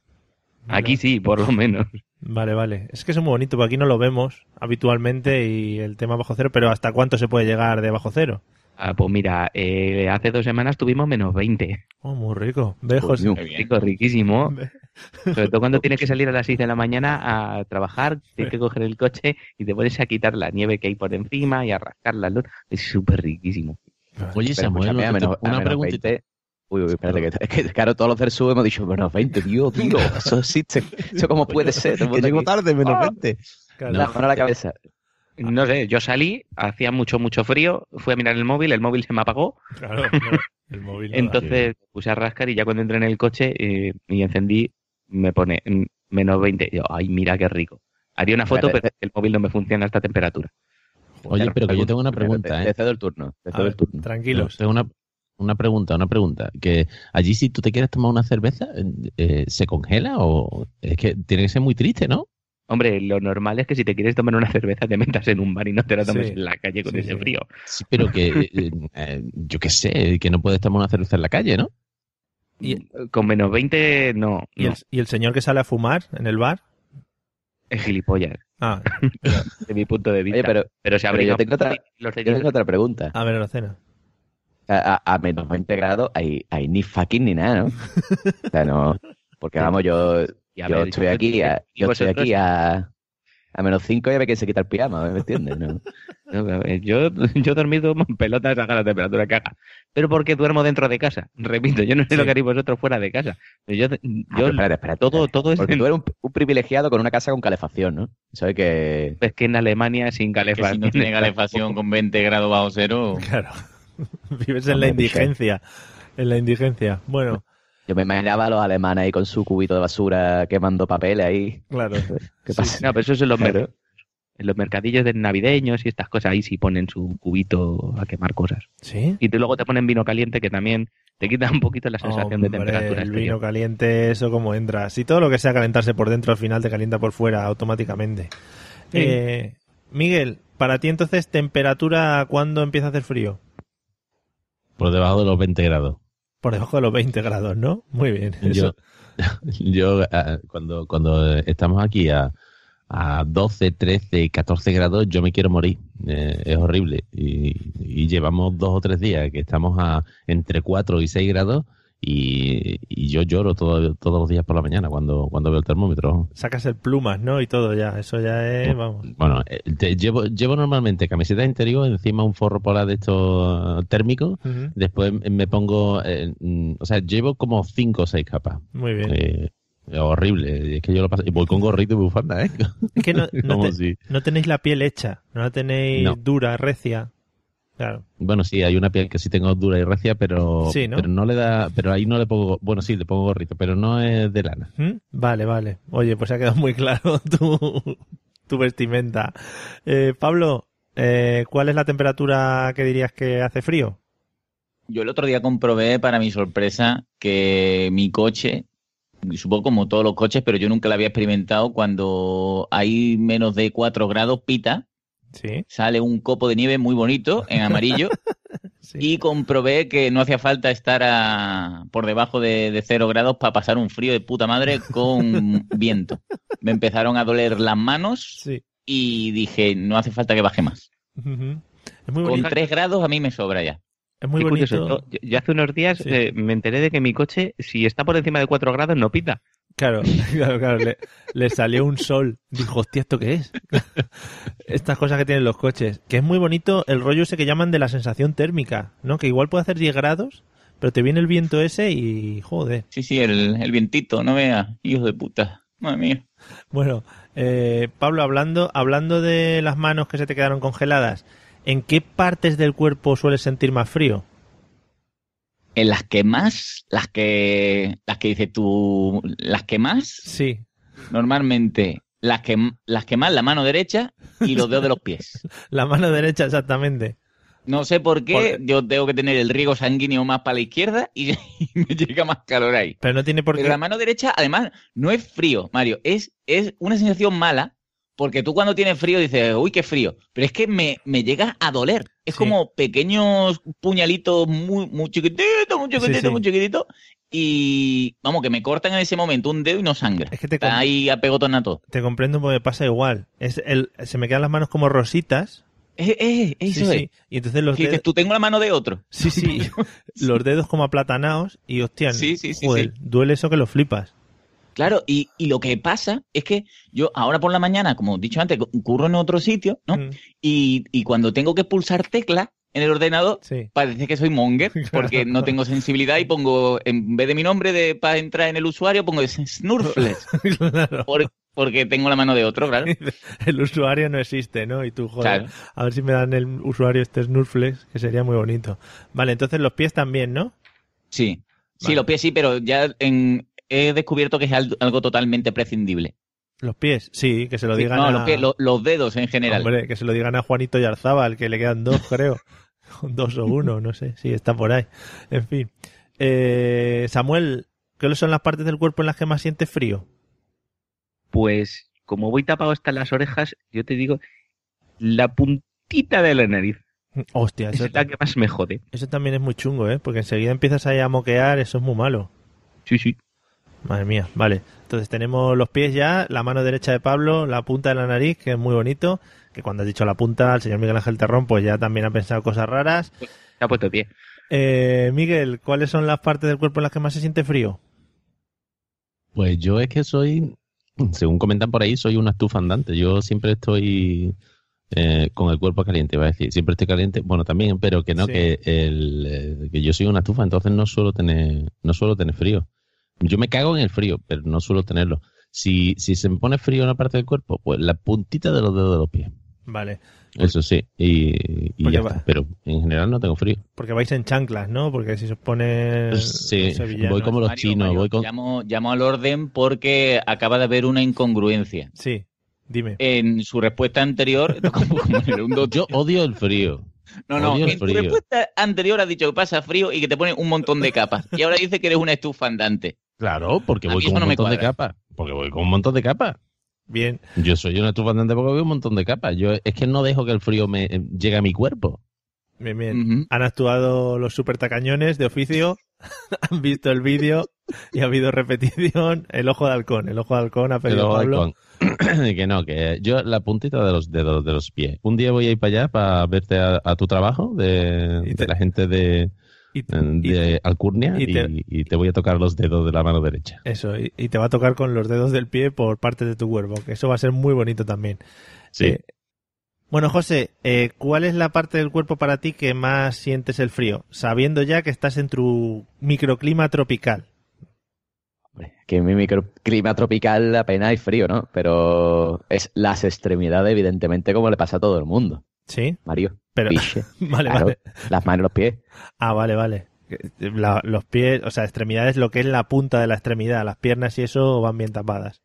Speaker 7: aquí sí, por lo menos.
Speaker 1: Vale, vale. Es que es muy bonito, porque aquí no lo vemos habitualmente y el tema bajo cero, pero ¿hasta cuánto se puede llegar de bajo cero?
Speaker 7: Ah, pues mira, eh, hace dos semanas tuvimos menos 20.
Speaker 1: Oh, muy rico. Ve, José.
Speaker 3: Coño.
Speaker 5: Muy bien.
Speaker 7: Rico, riquísimo.
Speaker 1: Ve.
Speaker 7: Sobre todo cuando tienes que salir a las 6 de la mañana a trabajar, tienes que coger el coche y te pones a quitar la nieve que hay por encima y a rascar la luz. Es súper riquísimo.
Speaker 2: Oye,
Speaker 3: Pero
Speaker 2: Samuel,
Speaker 3: escúchame, a
Speaker 2: no te-
Speaker 3: menos- a
Speaker 2: una
Speaker 3: menos
Speaker 2: preguntita.
Speaker 3: 20. Uy, uy, espérate, que, es que, claro, todos los del sur hemos dicho menos 20, tío, tío, eso existe. Eso cómo puede ser. Todo el
Speaker 2: Que
Speaker 3: mundo
Speaker 2: llego
Speaker 3: aquí,
Speaker 2: tarde, menos
Speaker 3: Ah.
Speaker 2: 20.
Speaker 1: Claro.
Speaker 3: La mano a la cabeza.
Speaker 7: No sé, yo salí, hacía mucho, mucho frío, fui a mirar el móvil, el móvil se me apagó,
Speaker 1: Claro, no, el móvil. no da.
Speaker 7: entonces me puse a rascar y ya cuando entré en el coche eh, y encendí, me pone mm, menos 20. Yo, ay, mira qué rico. Haría una foto,
Speaker 3: Espérate,
Speaker 7: pero el móvil no me funciona a esta temperatura.
Speaker 2: Oye, pero que yo tengo una
Speaker 3: Te,
Speaker 2: pregunta,
Speaker 3: te
Speaker 2: ¿eh?
Speaker 3: cedo el turno, te
Speaker 1: A
Speaker 3: cedo
Speaker 1: ver,
Speaker 3: el turno.
Speaker 1: Tranquilos.
Speaker 2: Tengo una, una pregunta, una pregunta. Que allí si tú te quieres tomar una cerveza, eh, ¿se congela o...? Es que tiene que ser muy triste, ¿no?
Speaker 7: Hombre, lo normal es que si te quieres tomar una cerveza te metas en un bar y no te la tomes
Speaker 1: Sí.
Speaker 7: en la calle con
Speaker 1: Sí,
Speaker 7: ese
Speaker 1: sí.
Speaker 7: frío.
Speaker 2: Sí, pero que, eh, eh, yo qué sé, que no puedes tomar una cerveza en la calle, ¿no?
Speaker 1: Y-
Speaker 7: Con menos 20 no,
Speaker 1: ¿Y
Speaker 7: no,
Speaker 1: el, y el señor que sale a fumar en el bar?
Speaker 7: es gilipollas,
Speaker 1: Ah,
Speaker 7: de mi punto de vista.
Speaker 3: Oye, pero
Speaker 7: pero se
Speaker 3: pero
Speaker 7: abriga
Speaker 3: yo tengo otra-
Speaker 7: los
Speaker 3: yo tengo
Speaker 7: ceñidos.
Speaker 3: otra pregunta.
Speaker 1: a ver la cena.
Speaker 3: A, a- a menos 20 grados hay, hay ni fucking ni nada, ¿no? O sea, no. Porque vamos, yo,
Speaker 7: Y a
Speaker 3: yo
Speaker 7: ver,
Speaker 3: estoy aquí a,
Speaker 7: y
Speaker 3: yo estoy
Speaker 7: vosotros-
Speaker 3: aquí a, a menos 5 y a ver quién se quita el pijama, ¿me entiendes? No. Ah,
Speaker 7: No, a ver, Yo, yo he dormido en pelotas a la temperatura que haga. Pero porque duermo dentro de casa. Repito, yo no sé
Speaker 1: Sí.
Speaker 7: lo que haréis vosotros fuera de casa. Yo, yo
Speaker 3: Ah, pero espérate, espérate,
Speaker 7: todo, todo es,
Speaker 3: Porque tú eres un, un privilegiado con una casa con calefacción, ¿no? Sabes que
Speaker 7: es que en Alemania sin
Speaker 5: Que si
Speaker 7: calefacción.
Speaker 5: no tiene calefacción con 20 grados bajo cero,
Speaker 1: Claro. Vives en la
Speaker 3: Hombre, Michel.
Speaker 1: indigencia. En la indigencia. Bueno,
Speaker 3: yo me imaginaba a los alemanes ahí con su cubito de basura quemando papel ahí.
Speaker 1: claro.
Speaker 3: ¿Qué
Speaker 1: Sí,
Speaker 3: pasa?
Speaker 7: No, pero eso es en los, mer-
Speaker 3: Claro.
Speaker 7: en los mercadillos de navideños y estas cosas. Ahí sí ponen su cubito a quemar cosas.
Speaker 1: ¿Sí?
Speaker 7: Y te- luego te ponen vino caliente que también te quita un poquito la sensación
Speaker 1: Oh,
Speaker 7: de
Speaker 1: Hombre,
Speaker 7: temperatura.
Speaker 1: El
Speaker 7: exterior.
Speaker 1: vino caliente, eso como entra. Si todo lo que sea calentarse por dentro al final te calienta por fuera automáticamente.
Speaker 7: Sí.
Speaker 1: Eh, Miguel, para ti entonces, temperatura cuando empieza a hacer frío?
Speaker 2: Por debajo de los 20 grados.
Speaker 1: Por debajo de los 20 grados, ¿no? Muy bien.
Speaker 2: Yo,
Speaker 1: eso.
Speaker 2: yo ah, cuando, cuando estamos aquí a, a 12, 13, 14 grados, yo me quiero morir. Eh, es horrible. Y, y llevamos dos o tres días que estamos a entre 4 y 6 grados y, y yo lloro todo- todos los días por la mañana cuando, cuando veo el termómetro.
Speaker 1: Sacas el plumas, ¿no? Y todo ya. Eso ya es, vamos.
Speaker 2: Bueno, eh, te- llevo, llevo normalmente camiseta interior, encima un forro polar de estos térmicos.
Speaker 1: Ujú,
Speaker 2: Después me pongo, eh, mm, o sea, llevo como 5 o 6 capas.
Speaker 1: Muy bien.
Speaker 2: Eh, horrible. Es que yo lo paso. Y voy con gorrito y bufanda, ¿eh?
Speaker 1: Es que no, no
Speaker 2: Como
Speaker 1: te-
Speaker 2: si-
Speaker 1: no tenéis la piel hecha, no la tenéis
Speaker 2: No.
Speaker 1: dura, recia. Claro.
Speaker 2: Bueno, sí, hay una piel que sí tengo dura y recia, pero,
Speaker 1: Sí, ¿no?
Speaker 2: pero no le da, pero ahí no le pongo, bueno, sí, le pongo gorrito, pero no es de lana.
Speaker 1: ¿Mm? Vale, vale. Oye, pues ha quedado muy claro tu, tu vestimenta. Eh, Pablo, eh, ¿cuál es la temperatura que dirías que hace frío?
Speaker 5: Yo el otro día comprobé, para mi sorpresa, que mi coche, supongo como todos los coches, pero yo nunca lo había experimentado, cuando hay menos de 4 grados pita,
Speaker 1: Sí,
Speaker 5: sale un copo de nieve muy bonito, en amarillo,
Speaker 1: sí.
Speaker 5: y comprobé que no hacía falta estar a- por debajo de, de 0 grados para pasar un frío de puta madre con viento. Me empezaron a doler las manos
Speaker 1: Sí.
Speaker 5: y dije, no hace falta que baje más.
Speaker 1: Ujú. Es muy
Speaker 5: Con
Speaker 1: bonito.
Speaker 5: 3 grados a mí me sobra ya.
Speaker 1: Es muy
Speaker 7: Qué curioso,
Speaker 1: bonito.
Speaker 7: yo, yo hace unos días
Speaker 1: Sí.
Speaker 7: eh, me enteré de que mi coche, si está por encima de 4 grados, no pita.
Speaker 1: Claro, claro, claro. Le, le salió un sol. Dijo, hostia, ¿esto qué es? Estas cosas que tienen los coches. Que es muy bonito el rollo ese que llaman de la sensación térmica, ¿no? Que igual puede hacer 10 grados, pero te viene el viento ese y joder.
Speaker 5: Sí, sí, el, el vientito, no vea, hijos de puta. Madre mía.
Speaker 1: Bueno, eh, Pablo, hablando, hablando de las manos que se te quedaron congeladas, ¿en qué partes del cuerpo sueles sentir más frío?
Speaker 5: En las que más, las que, las que dices tú, las que más,
Speaker 1: Sí.
Speaker 5: normalmente, las que, las que más la mano derecha y los dedos de los pies.
Speaker 1: La mano derecha, exactamente.
Speaker 5: No sé por qué,
Speaker 1: Por-
Speaker 5: yo tengo que tener el riego sanguíneo más para la izquierda y, y me llega más calor ahí.
Speaker 1: Pero no tiene por
Speaker 5: Pero la
Speaker 1: qué.
Speaker 5: mano derecha, además, no es frío, Mario, es, es una sensación mala. Porque tú cuando tienes frío dices, uy, qué frío. Pero es que me, me llega a doler. Es
Speaker 1: Sí.
Speaker 5: como pequeños puñalitos muy, muy chiquititos, muy chiquititos,
Speaker 1: sí.
Speaker 5: muy chiquititos. Y vamos, que me cortan en ese momento un dedo y no sangra.
Speaker 1: Es que te,
Speaker 5: Está
Speaker 1: com-
Speaker 5: ahí a pegotonato.
Speaker 1: te comprendo porque me pasa igual. Es el, se me quedan las manos como rositas.
Speaker 5: Eh, eh,
Speaker 1: Sí,
Speaker 5: eso es.
Speaker 1: sí. Y entonces los
Speaker 5: Que dices,
Speaker 1: dedos,
Speaker 5: tú tengo la mano de otro.
Speaker 1: sí, sí, los dedos como aplatanaos y hostia,
Speaker 5: Sí, sí, sí,
Speaker 1: joder, duele eso que lo flipas.
Speaker 5: Claro, y, y lo que pasa es que yo ahora por la mañana, como he dicho antes, cu- curro en otro sitio, ¿no?
Speaker 1: Mm,
Speaker 5: Y, y cuando tengo que pulsar tecla en el ordenador,
Speaker 1: Sí.
Speaker 5: parece que soy monger,
Speaker 1: Claro.
Speaker 5: porque no tengo sensibilidad y pongo, en vez de mi nombre de, para entrar en el usuario, pongo Snurfles,
Speaker 1: claro.
Speaker 5: por- porque tengo la mano de otro, claro.
Speaker 1: El usuario no existe, ¿no? Y tú, joder,
Speaker 5: Claro.
Speaker 1: a ver si me dan el usuario este Snurflex, que sería muy bonito. Vale, entonces los pies también, ¿no?
Speaker 5: Sí, sí,
Speaker 1: Vale.
Speaker 5: los pies sí, pero ya en- he descubierto que es al- algo totalmente prescindible.
Speaker 1: Los pies, sí, que se lo
Speaker 5: Sí,
Speaker 1: digan
Speaker 5: no,
Speaker 1: a...
Speaker 5: los, pies, lo- los dedos en general.
Speaker 1: Hombre, que se lo digan a Juanito Yarzábal, que le quedan dos, creo. dos o uno, no sé. Sí, está por ahí. En fin. Eh, Samuel, ¿qué son las partes del cuerpo en las que más sientes frío?
Speaker 7: Pues como voy tapado hasta las orejas, yo te digo, la puntita de la nariz
Speaker 1: Mm, Hostia,
Speaker 7: esa
Speaker 1: eso,
Speaker 7: es la que más me jode.
Speaker 1: eso también es muy chungo, ¿eh? Porque enseguida empiezas ahí a moquear, eso es muy malo.
Speaker 7: Sí, sí.
Speaker 1: Madre mía, vale. Entonces tenemos los pies ya, la mano derecha de Pablo, la punta de la nariz, que es muy bonito. Que cuando has dicho la punta, el señor Miguel Ángel Terrón, pues ya también ha pensado cosas raras.
Speaker 7: Se ha puesto pie.
Speaker 1: Eh, Miguel, ¿cuáles son las partes del cuerpo en las que más se siente frío?
Speaker 2: Pues yo es que soy, según comentan por ahí, soy una estufa andante. Yo siempre estoy eh, con el cuerpo caliente, va a decir. Siempre estoy caliente, bueno, también, pero que no,
Speaker 1: Sí.
Speaker 2: que, el, eh, que yo soy una estufa, entonces no suelo tener, no suelo tener frío. Yo me cago en el frío, pero no suelo tenerlo. Si, si se me pone frío en una parte del cuerpo, pues la puntita de los dedos de los pies.
Speaker 1: Vale.
Speaker 2: Eso sí, y, y
Speaker 1: Porque
Speaker 2: ya
Speaker 1: va-
Speaker 2: está. Pero en general no tengo frío.
Speaker 1: Porque vais en chanclas, ¿no? Porque si se os pone
Speaker 2: Sí,
Speaker 1: sevillano-
Speaker 2: voy como los
Speaker 5: Mario,
Speaker 2: chinos,
Speaker 5: Mario,
Speaker 2: voy con...
Speaker 5: llamo, llamo al orden porque acaba de haber una incongruencia.
Speaker 1: Sí, dime.
Speaker 5: En su respuesta anterior, como- como en el un, dos,
Speaker 2: Yo odio el frío.
Speaker 5: No, no,
Speaker 2: Odio el
Speaker 5: en tu
Speaker 2: frío.
Speaker 5: respuesta anterior has dicho que pasa frío y que te pone un montón de capas. Y ahora dices que eres una estufa andante.
Speaker 2: Claro, porque
Speaker 5: A
Speaker 2: voy
Speaker 5: mí
Speaker 2: con
Speaker 5: eso
Speaker 2: un
Speaker 5: no me
Speaker 2: montón de
Speaker 5: cuadra.
Speaker 2: capas. Porque voy con un montón de capas.
Speaker 1: Bien.
Speaker 2: Yo soy una estufa andante porque voy con un montón de capas. Yo es que no dejo que el frío me eh, llegue a mi cuerpo.
Speaker 1: Bien, bien.
Speaker 5: Ujú.
Speaker 1: Han actuado los super tacañones de oficio, han visto el vídeo y ha habido repetición. El ojo de halcón, el ojo de halcón ha pedido
Speaker 2: Pero
Speaker 1: Pablo.
Speaker 2: con- que no, que yo la puntita de los dedos de los pies. Un día voy a ir para allá para verte a, a tu trabajo de,
Speaker 1: Y
Speaker 2: de
Speaker 1: te-
Speaker 2: la gente de,
Speaker 1: Y-
Speaker 2: de Alcurnia
Speaker 1: y
Speaker 2: y
Speaker 1: te-
Speaker 2: y te voy a tocar los dedos de la mano derecha.
Speaker 1: Eso, y, y te va a tocar con los dedos del pie por parte de tu cuerpo, que eso va a ser muy bonito también.
Speaker 2: Sí.
Speaker 1: Eh, bueno, José, eh, ¿cuál es la parte del cuerpo para ti que más sientes el frío? Sabiendo ya que estás en tu microclima tropical.
Speaker 3: Hombre, Que en mi microclima tropical apenas hay frío, ¿no? Pero es las extremidades, evidentemente, como le pasa a todo el mundo.
Speaker 1: Sí,
Speaker 3: Mario.
Speaker 1: pero.
Speaker 3: Piche.
Speaker 1: vale,
Speaker 3: Claro,
Speaker 1: vale.
Speaker 3: Las manos y los pies.
Speaker 1: Ah, vale, vale. eh, La- los pies, o sea, extremidades, lo que es la punta de la extremidad, las piernas y eso van bien tapadas.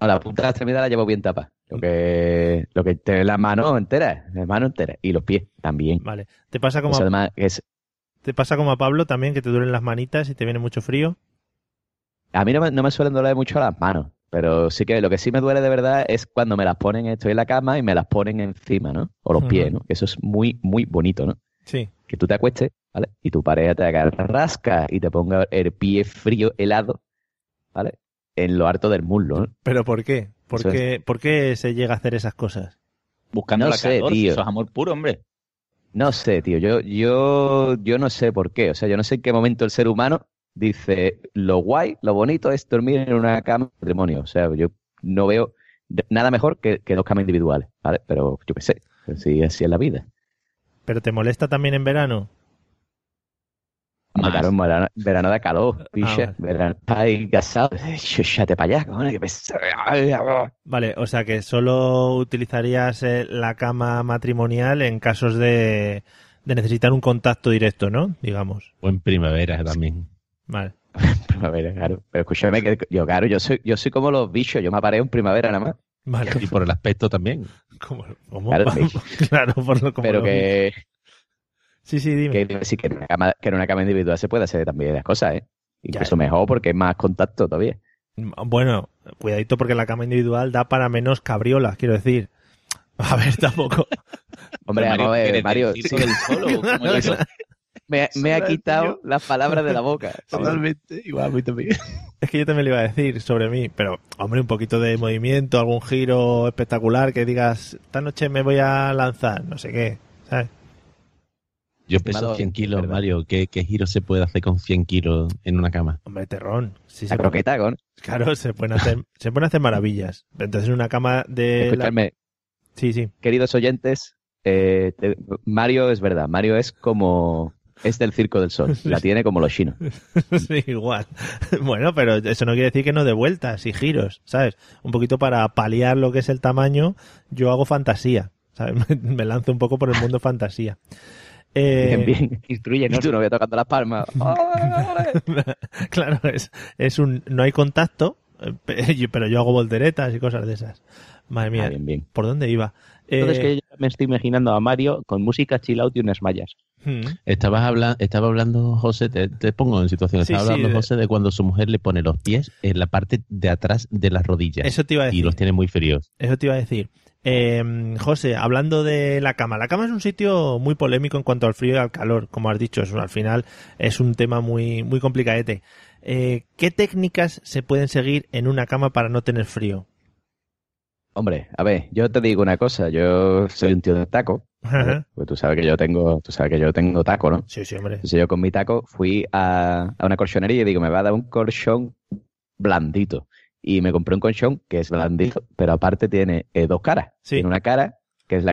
Speaker 3: No, la punta de la extremidad la llevo bien tapa. Lo que, lo que te la mano entera, la mano entera. Y los pies también.
Speaker 1: Vale. ¿Te pasa como,
Speaker 3: Eso
Speaker 1: a,
Speaker 3: Pues además es,
Speaker 1: te pasa como a Pablo también, que te duelen las manitas y te viene mucho frío?
Speaker 3: a mí no me, no me suelen doler mucho las manos, pero sí que lo que sí me duele de verdad es cuando me las ponen, estoy en la cama y me las ponen encima, ¿no? O los
Speaker 1: Ujú.
Speaker 3: pies, ¿no? Eso es muy, muy bonito, ¿no?
Speaker 1: Sí.
Speaker 3: Que tú te acuestes, ¿vale? Y tu pareja te haga rasca y te ponga el pie frío, helado, ¿vale? En lo harto del muslo, ¿no?
Speaker 1: ¿Pero por qué? ¿Por,
Speaker 3: Eso es.
Speaker 1: qué, ¿por qué se llega a hacer esas cosas?
Speaker 5: Buscando
Speaker 3: No
Speaker 5: la
Speaker 3: sé,
Speaker 5: calor,
Speaker 3: tío.
Speaker 5: eso es amor puro, hombre.
Speaker 3: No sé, tío. Yo, yo, yo no sé por qué. O sea, yo no sé en qué momento el ser humano dice lo guay, lo bonito es dormir en una cama de matrimonio. O sea, yo no veo de- nada mejor que, que dos camas individuales, ¿vale? Pero yo qué sé. Sí, así es la vida.
Speaker 1: ¿Pero te molesta también en verano?
Speaker 3: Hombre,
Speaker 5: Más.
Speaker 3: claro, en verano, en verano da calor, picha.
Speaker 1: Ah, vale.
Speaker 3: Verano ahí casado. Échate para allá, cojones, que pesado. Ay, ah,
Speaker 1: Vale, o sea que solo utilizarías eh, la cama matrimonial en casos de, de necesitar un contacto directo, ¿no? Digamos.
Speaker 2: O en primavera también.
Speaker 1: Vale.
Speaker 3: Primavera, claro. Pero escúchame, que yo, claro, yo soy, yo soy como los bichos. Yo me apareo en primavera nada más.
Speaker 1: Vale.
Speaker 2: Y por el aspecto también.
Speaker 1: ¿Cómo? cómo?
Speaker 3: Claro,
Speaker 1: Claro, por lo como
Speaker 3: Pero
Speaker 1: lo-
Speaker 3: que...
Speaker 1: Sí, sí, dime.
Speaker 3: que, sí, que, en una cama, que en una cama individual se puede hacer también las cosas, ¿eh? Incluso
Speaker 1: Ya.
Speaker 3: mejor porque es más contacto todavía.
Speaker 1: Bueno, cuidadito porque la cama individual da para menos cabriolas, quiero decir. A ver, tampoco.
Speaker 3: Hombre,
Speaker 5: Pero
Speaker 3: vamos a ver,
Speaker 5: ¿quieres
Speaker 3: Mario,
Speaker 5: decir todo el solo, ¿cómo es eso?
Speaker 3: me, me ha
Speaker 2: Solo el
Speaker 3: quitado
Speaker 2: tío.
Speaker 3: las palabras de la boca. Sí.
Speaker 2: Totalmente. Igual, muy también.
Speaker 1: Es que yo también le iba a decir sobre mí, pero hombre, un poquito de movimiento, algún giro espectacular que digas, esta noche me voy a lanzar, no sé qué, ¿sabes?
Speaker 2: Yo peso
Speaker 3: Malo,
Speaker 2: 100 kilos,
Speaker 3: verdad.
Speaker 2: Mario. ¿Qué, ¿Qué giro se puede hacer con 100 kilos en una cama?
Speaker 1: Hombre, terrón. Sí,
Speaker 3: La
Speaker 1: se puede-
Speaker 3: croqueta, con.
Speaker 1: Claro, se pueden hacer, se pueden hacer maravillas. Entonces, en una cama de. la-
Speaker 3: Escuchadme,
Speaker 1: Sí, sí.
Speaker 3: queridos oyentes, eh, te- Mario es verdad, Mario es como... Es del Circo del Sol, la tiene como los chinos.
Speaker 1: Sí, igual. Bueno, pero eso no quiere decir que no de vueltas y giros, ¿sabes? Un poquito para paliar lo que es el tamaño, yo hago fantasía, ¿sabes? Me, me lanzo un poco por el mundo fantasía. Eh,
Speaker 3: Bien, bien.
Speaker 7: Instruye,
Speaker 3: Y
Speaker 7: ¿no?
Speaker 3: tu novia tocando las palmas. ¡Ole, ole!
Speaker 1: Claro, es, es un no hay contacto, eh, pe- yo- pero yo hago volteretas y cosas de esas. Madre mía,
Speaker 3: Ah, bien, bien.
Speaker 1: ¿por dónde iba? Eh,
Speaker 7: Entonces que yo ya me estoy imaginando a Mario con música chill out y unas mallas.
Speaker 1: hmm,
Speaker 2: Estabas habla estaba hablando, José, te, te pongo en situación.
Speaker 1: Sí,
Speaker 2: Estaba
Speaker 1: sí,
Speaker 2: hablando,
Speaker 1: de-
Speaker 2: José, de cuando su mujer le pone los pies
Speaker 7: eh,
Speaker 2: en la parte de atrás de las rodillas.
Speaker 1: Eso te iba a
Speaker 2: y
Speaker 1: decir.
Speaker 2: los tiene muy fríos.
Speaker 1: Eso te iba a decir. Eh, José, hablando de la cama, la cama es un sitio muy polémico en cuanto al frío y al calor, como has dicho, es un- al final es un tema muy, muy complicadete. Eh, ¿Qué técnicas se pueden seguir en una cama para no tener frío?
Speaker 3: Hombre, a ver, yo te digo una cosa, yo soy un tío de taco,
Speaker 1: Ajá.
Speaker 3: porque tú sabes que yo tengo, tú sabes que yo tengo taco, ¿no?
Speaker 1: Sí, sí, hombre.
Speaker 3: Entonces yo con mi taco fui a, a una colchonería y digo, me va a dar un colchón blandito. Y me compré un colchón que es blandito, pero aparte tiene eh, dos caras.
Speaker 1: Sí.
Speaker 3: Tiene una cara que es la...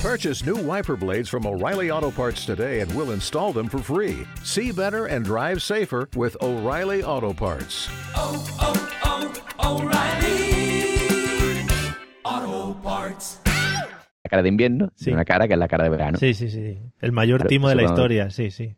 Speaker 9: Purchase new wiper blades from O'Reilly Auto Parts today and we'll install them for free. See better and drive safer with O'Reilly Auto Parts.
Speaker 3: la cara de invierno,
Speaker 1: Sí.
Speaker 3: tiene una cara que es la cara de verano.
Speaker 1: Sí, sí, sí. El mayor
Speaker 3: Claro,
Speaker 1: timo de la
Speaker 3: supongo.
Speaker 1: historia, sí, sí.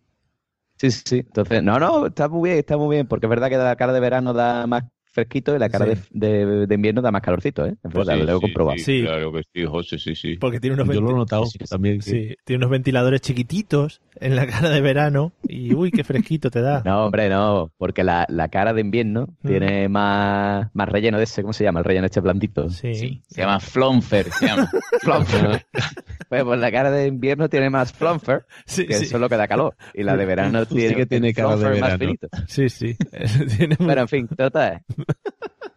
Speaker 3: sí, sí, sí. Entonces, no, no, está muy bien, está muy bien, porque es verdad que la cara de verano da más fresquito y la cara
Speaker 1: Sí. Pues
Speaker 3: de, de- de invierno da más calorcito, ¿eh? Es
Speaker 2: Pues
Speaker 3: verdad, lo debo comprobar.
Speaker 1: Sí.
Speaker 5: Claro que sí, José, sí, sí.
Speaker 1: Porque tiene unos,
Speaker 2: Yo lo he
Speaker 1: venti-
Speaker 2: notado también.
Speaker 1: sí, tiene unos ventiladores chiquititos en la cara de verano y uy, qué fresquito te da.
Speaker 3: No, hombre, no, porque la, la cara de invierno
Speaker 1: Ah. Mm.
Speaker 3: tiene más, más relleno de ese, ¿cómo se llama? El relleno este blandito.
Speaker 1: Sí.
Speaker 5: Sí, se llama Flonfer, se llama. Flonfer.
Speaker 3: Pues, pues la cara de invierno tiene más flumfer,
Speaker 1: Sí,
Speaker 3: que
Speaker 1: sí,
Speaker 3: eso es lo que da calor. Y la de verano tiene,
Speaker 2: que tiene
Speaker 3: el
Speaker 2: cara de
Speaker 3: flumfer más
Speaker 2: verano.
Speaker 3: finito.
Speaker 1: sí, sí. Tiene
Speaker 3: Pero en fin, total.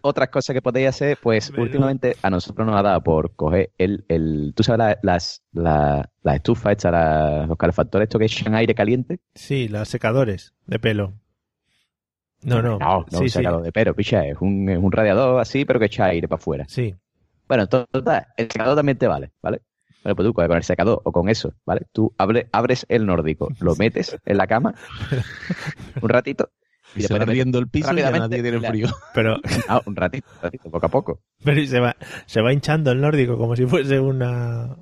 Speaker 3: otras cosas que podéis hacer, pues últimamente a nosotros nos ha dado por coger el, el tú sabes la- las, la, las estufas estas, la- los calefactores estos que echan aire caliente.
Speaker 1: Sí, los secadores de pelo. No, no.
Speaker 3: No, no
Speaker 1: Sí,
Speaker 3: un
Speaker 1: sí.
Speaker 3: secador de pelo, picha, es un, es un radiador así, pero que echa aire para afuera.
Speaker 1: Sí.
Speaker 3: Bueno, to- total, el secador también te vale, ¿vale? Bueno, pues tú coges con el secador o con eso, ¿vale? Tú abre- abres el nórdico, lo metes en la cama un ratito
Speaker 2: Y se va riendo el piso y ya nadie tiene frío.
Speaker 1: Pero...
Speaker 3: un ratito, un ratito, poco a poco.
Speaker 1: Pero y se va, se va hinchando el nórdico como si fuese una...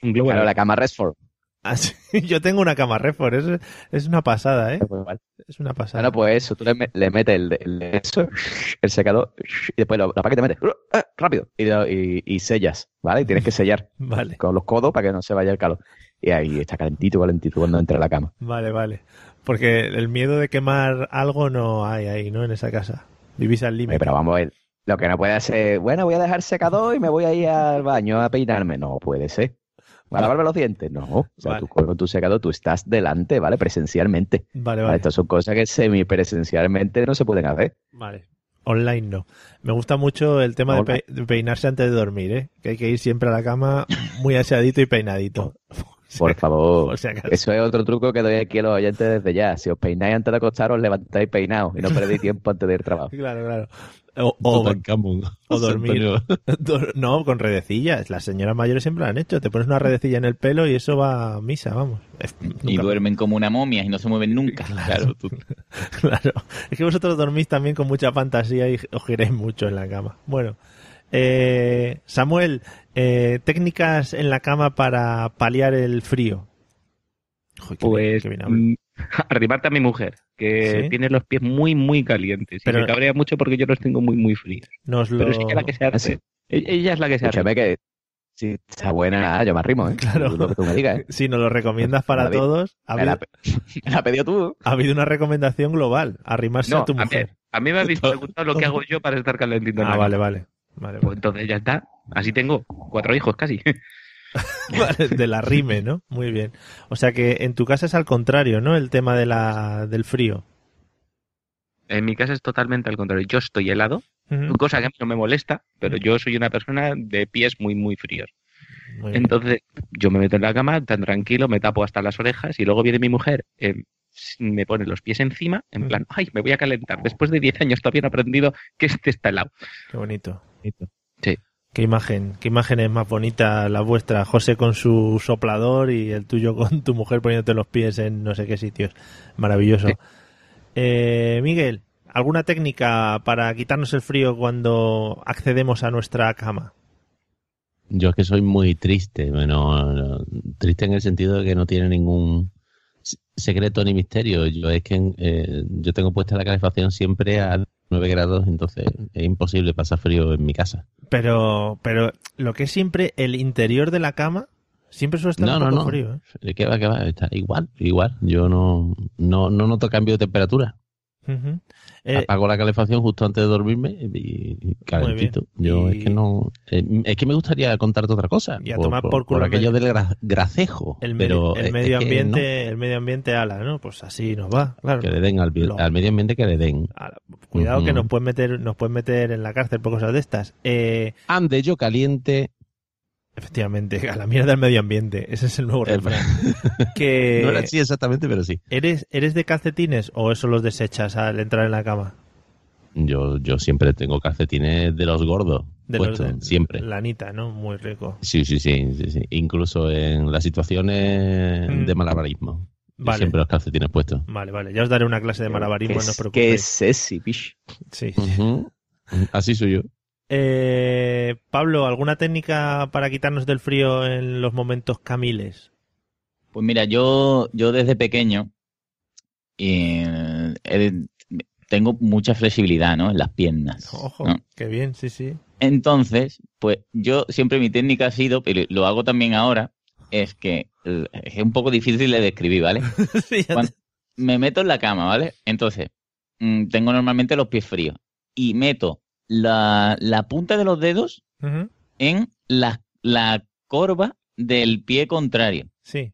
Speaker 3: Claro, la cama Resford.
Speaker 1: Ah, sí, Yo tengo una cama Refor, es, es una pasada, ¿eh? Es una pasada.
Speaker 3: Pues Bueno, pues eso, tú le, me- le metes el, el- eso, el secador, y después lo, lo apagas y te metes, ¡ah! rápido, y, lo- y- y sellas, ¿vale? Y tienes que sellar
Speaker 1: Vale.
Speaker 3: con los codos para que no se vaya el calor. Y ahí está calentito, calentito cuando entra a la cama.
Speaker 1: Vale, vale. Porque el miedo de quemar algo no hay ahí, ¿no? En esa casa. Vivís al límite.
Speaker 3: Oye, pero vamos a ver, lo que no puede hacer, bueno, voy a dejar secador y me voy a ir al baño a peinarme. No puede ser. ¿Va a lavarme los dientes? No. O sea, tú con tu secador tú estás delante, ¿vale? Presencialmente.
Speaker 1: Vale, vale.
Speaker 3: Estas son cosas que semipresencialmente no se pueden hacer.
Speaker 1: Vale. Online no. Me gusta mucho el tema de,
Speaker 3: Online.
Speaker 1: pe- de peinarse antes de dormir, ¿eh? Que hay que ir siempre a la cama muy aseadito y peinadito.
Speaker 3: Por favor.
Speaker 1: si acaso.
Speaker 3: Eso es otro truco que doy aquí a los oyentes desde ya. Si os peináis antes de acostaros, levantáis peinados y no perdéis tiempo antes de ir al trabajo.
Speaker 1: Claro, claro. O, o-
Speaker 2: Tutankamón.
Speaker 1: o dormir.
Speaker 2: Antonio.
Speaker 1: Dor- No, con redecillas. Las señoras mayores siempre lo han hecho. Te pones una redecilla en el pelo y eso va a misa, vamos. Es-
Speaker 5: Y
Speaker 1: nunca-
Speaker 5: duermen como una momia y no se mueven nunca. Claro, tú-
Speaker 1: Claro. Es que vosotros dormís también con mucha fantasía y os giréis mucho en la cama. Bueno, eh, Samuel, eh, técnicas en la cama para paliar el frío. Joder, qué bien-
Speaker 7: Pues
Speaker 1: qué bien hablo.
Speaker 7: mm, arrimarte a mi mujer, que
Speaker 1: ¿Sí?
Speaker 7: tiene los pies muy, muy calientes.
Speaker 1: Pero-
Speaker 7: Y me cabrea mucho porque yo los tengo muy, muy fríos.
Speaker 1: Nos lo...
Speaker 7: Pero sí que es la que se hace. E- Ella es la que se hace.
Speaker 3: Escúchame que si está buena, yo me arrimo, ¿eh?
Speaker 1: Claro.
Speaker 3: Lo que tú me digas, ¿eh?
Speaker 1: Si nos lo
Speaker 7: Pues,
Speaker 1: recomiendas para
Speaker 3: Maravilla.
Speaker 1: todos, ha
Speaker 3: Me
Speaker 1: habido,
Speaker 3: la, me la has pedido tú.
Speaker 1: ha habido una recomendación global, arrimarse
Speaker 7: No,
Speaker 1: a tu
Speaker 7: a,
Speaker 1: mujer.
Speaker 7: ver, a mí me habéis preguntado lo que hago yo para estar calentito. en la
Speaker 1: Ah,
Speaker 7: cama.
Speaker 1: vale, vale. Vale,
Speaker 7: Pues
Speaker 1: vale.
Speaker 7: entonces ya está. Así tengo cuatro hijos casi.
Speaker 1: Vale, de la rime, ¿no? Muy bien. O sea que en tu casa es al contrario, ¿no? El tema de la, del frío.
Speaker 7: En mi casa es totalmente al contrario. Yo estoy helado,
Speaker 1: Ujú.
Speaker 7: cosa que a mí no me molesta, pero
Speaker 1: Mm.
Speaker 7: yo soy una persona de pies muy, muy fríos.
Speaker 1: Muy bien.
Speaker 7: Entonces yo me meto en la cama tan tranquilo, me tapo hasta las orejas y luego viene mi mujer, eh, me pone los pies encima, en
Speaker 1: Ujú.
Speaker 7: plan, ay, me voy a calentar. Después de 10 años todavía no he aprendido que este está helado.
Speaker 1: Qué bonito.
Speaker 7: Sí.
Speaker 1: Qué imagen, qué imagen es más bonita la vuestra, José con su soplador y el tuyo con tu mujer poniéndote los pies en no sé qué sitios. Maravilloso.
Speaker 7: Sí.
Speaker 1: Eh, Miguel, ¿alguna técnica para quitarnos el frío cuando accedemos a nuestra cama?
Speaker 2: Yo es que soy muy triste, bueno, no, triste en el sentido de que no tiene ningún s- secreto ni misterio. Yo es que eh, yo tengo puesta la calefacción siempre a 9 grados, entonces es imposible pasar frío en mi casa.
Speaker 1: Pero, pero lo que es siempre el interior de la cama, siempre suele estar
Speaker 2: No,
Speaker 1: un
Speaker 2: no,
Speaker 1: poco
Speaker 2: no.
Speaker 1: frío. ¿eh?
Speaker 2: ¿Qué va, qué va? Está igual, igual. Yo no, no, no noto cambio de temperatura.
Speaker 1: Ujú. Eh,
Speaker 2: Apago la calefacción justo antes de dormirme y, y calentito. Yo
Speaker 1: Y-
Speaker 2: es que no, eh, es que me gustaría contarte otra cosa.
Speaker 1: Y a tomar por culo el
Speaker 2: aquello del gra- gracejo.
Speaker 1: el, me-
Speaker 2: ah, pero
Speaker 1: el
Speaker 2: es-
Speaker 1: medio
Speaker 2: es que no.
Speaker 1: ambiente, el medio ambiente ala, ¿no? Pues así nos va, claro.
Speaker 2: que le den al, vi-
Speaker 1: Lo-
Speaker 2: al medio ambiente que le den.
Speaker 1: Ala, Cuidado que
Speaker 2: Ujú.
Speaker 1: nos pueden meter, nos pueden meter en la cárcel por cosas de estas. Eh,
Speaker 2: Ande yo caliente.
Speaker 1: efectivamente, a la mierda del medio ambiente. Ese es el nuevo
Speaker 2: Eh,
Speaker 1: refrán. Que
Speaker 2: no era así exactamente, pero sí.
Speaker 1: eres, eres de calcetines o eso los desechas al entrar en la cama.
Speaker 2: Yo, yo siempre tengo calcetines de los gordos.
Speaker 1: De los
Speaker 2: puestos,
Speaker 1: de-
Speaker 2: siempre.
Speaker 1: La anita, ¿no? Muy rico.
Speaker 2: Sí, sí, sí, sí, sí. Incluso en las situaciones
Speaker 1: Mm.
Speaker 2: de malabarismo. Yo
Speaker 1: Vale.
Speaker 2: Siempre los calcetines puestos.
Speaker 1: Vale, vale. Ya os daré una clase de malabarismo,
Speaker 3: Que
Speaker 1: no os
Speaker 3: es- Que
Speaker 1: preocupéis.
Speaker 3: es ese, bicho.
Speaker 1: Sí.
Speaker 2: Ujú. Así soy yo.
Speaker 1: Eh, Pablo, ¿alguna técnica para quitarnos del frío en los momentos camiles?
Speaker 5: Pues mira, yo, yo desde pequeño eh, he- tengo mucha flexibilidad ¿no? en las piernas.
Speaker 1: Ojo,
Speaker 5: ¿no?
Speaker 1: qué bien, sí, sí.
Speaker 5: Entonces, pues yo siempre mi técnica ha sido, pero lo hago también ahora, es que eh, es un poco difícil de describir, ¿vale?
Speaker 1: Sí, ya
Speaker 5: Cuando- me meto en la cama, ¿vale? Entonces, mm, tengo normalmente los pies fríos y meto la, la punta de los dedos
Speaker 1: te- Ujú,
Speaker 5: en la, la corva del pie contrario,
Speaker 1: Sí,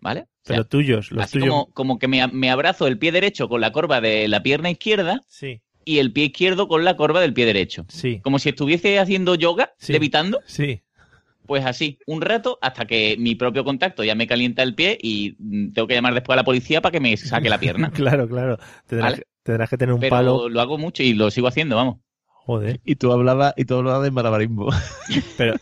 Speaker 5: ¿vale? O sea,
Speaker 1: pero tuyos, los
Speaker 5: así
Speaker 1: tuyos.
Speaker 5: como, como que me, a- me abrazo el pie derecho con la corva de la pierna izquierda
Speaker 1: Sí.
Speaker 5: y el pie izquierdo con la corva del pie derecho.
Speaker 1: Sí.
Speaker 5: Como si estuviese haciendo yoga, levitando.
Speaker 1: Sí.
Speaker 5: Pues así, un rato hasta que mi propio contacto ya me calienta el pie y mm, tengo que llamar después a la policía para que me saque la pierna.
Speaker 1: Claro, claro. Tendrás,
Speaker 5: Vale.
Speaker 1: tendrás que tener un
Speaker 5: Pero
Speaker 1: palo.
Speaker 5: lo hago mucho y lo sigo haciendo, vamos.
Speaker 1: Joder.
Speaker 2: Y tú hablabas, y tú hablabas de malabarismo.
Speaker 1: Pero,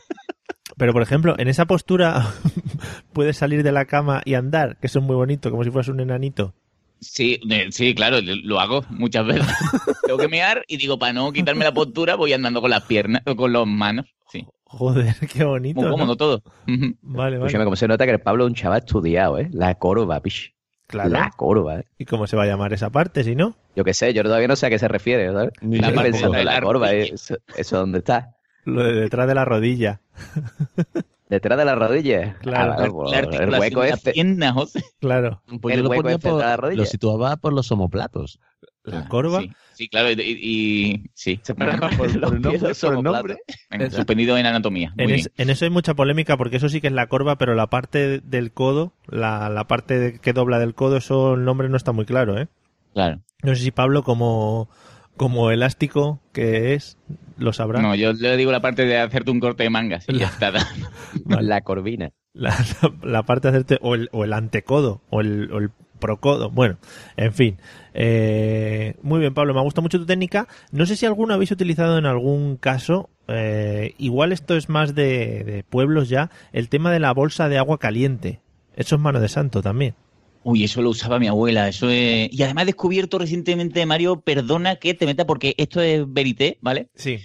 Speaker 1: pero, por ejemplo, en esa postura puedes salir de la cama y andar, que eso es muy bonito, como si fueras un enanito.
Speaker 5: Sí, eh, sí, claro, lo hago muchas veces. tengo que mear y digo, para no quitarme la postura, voy andando con las piernas, con las manos. Sí,
Speaker 1: Joder, qué bonito.
Speaker 5: muy
Speaker 1: ¿no?
Speaker 5: cómodo todo. Ujú.
Speaker 1: Vale,
Speaker 3: Escúchame,
Speaker 1: vale.
Speaker 3: como se nota que el Pablo es un chaval estudiado, ¿eh? La corva, pish.
Speaker 1: Claro.
Speaker 3: La corva, ¿eh?
Speaker 1: ¿Y cómo se va a llamar esa parte, si no?
Speaker 3: Yo qué sé, yo todavía no sé a qué se refiere, ¿sabes?
Speaker 2: Ni
Speaker 3: Estoy
Speaker 2: yo tampoco.
Speaker 3: pensando en la
Speaker 5: Bailar,
Speaker 3: corva, ¿eh?
Speaker 5: pish.
Speaker 3: ¿eso, eso dónde está?
Speaker 1: Lo de detrás de la rodilla.
Speaker 3: ¿Detrás de la rodilla?
Speaker 1: Claro.
Speaker 3: Ah,
Speaker 5: La-
Speaker 3: bueno,
Speaker 5: la
Speaker 3: el
Speaker 5: articulación
Speaker 3: hueco
Speaker 5: de la
Speaker 3: este.
Speaker 5: pierna, José.
Speaker 1: Claro.
Speaker 3: El
Speaker 2: lo
Speaker 3: hueco
Speaker 2: ponía
Speaker 3: este
Speaker 2: por-
Speaker 3: de la rodilla.
Speaker 2: Lo situaba por los omoplatos.
Speaker 1: La corva.
Speaker 5: Sí, sí, claro, y, y- y- sí.
Speaker 3: Los
Speaker 2: Por el nombre,
Speaker 3: pies
Speaker 2: por el
Speaker 3: somos
Speaker 2: nombre.
Speaker 3: platos.
Speaker 5: Venga, suspendido en anatomía. Muy
Speaker 1: En,
Speaker 5: bien.
Speaker 1: es- en eso hay mucha polémica porque eso sí que es la corva, pero la parte del codo, la, la parte de- que dobla del codo, eso el nombre no está muy claro, ¿eh?
Speaker 5: Claro.
Speaker 1: No sé si Pablo como, como elástico que es, lo sabrá.
Speaker 5: No, yo le digo la parte de hacerte un corte de mangas. Y ya está.
Speaker 1: Vale.
Speaker 3: La corvina.
Speaker 1: La, la- la parte de hacerte, o el, o el antecodo, o el, o el procodo. Bueno, en fin. Eh, muy bien, Pablo, me gusta mucho tu técnica. No sé si alguno habéis utilizado en algún caso, eh, igual esto es más de, de pueblos ya, el tema de la bolsa de agua caliente. Eso es mano de santo también.
Speaker 5: Uy, eso lo usaba mi abuela. Eso es... Y además he descubierto recientemente, Mario, perdona que te meta porque esto es verité, ¿vale?
Speaker 1: Sí.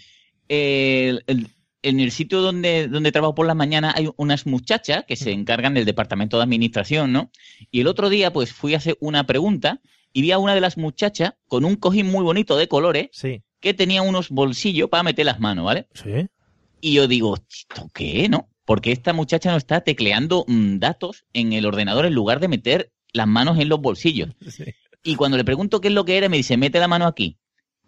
Speaker 5: El- el- en el sitio donde, donde trabajo por las mañanas hay unas muchachas que se encargan del departamento de administración, ¿no? Y el otro día, pues fui a hacer una pregunta y vi a una de las muchachas con un cojín muy bonito de colores
Speaker 1: Sí.
Speaker 5: que tenía unos bolsillos para meter las manos, ¿vale?
Speaker 1: Sí.
Speaker 5: Y yo digo, ¿esto qué, no? Porque esta muchacha no está tecleando mm, datos en el ordenador en lugar de meter las manos en los bolsillos.
Speaker 1: Sí.
Speaker 5: Y cuando le pregunto qué es lo que era, me dice, mete la mano aquí.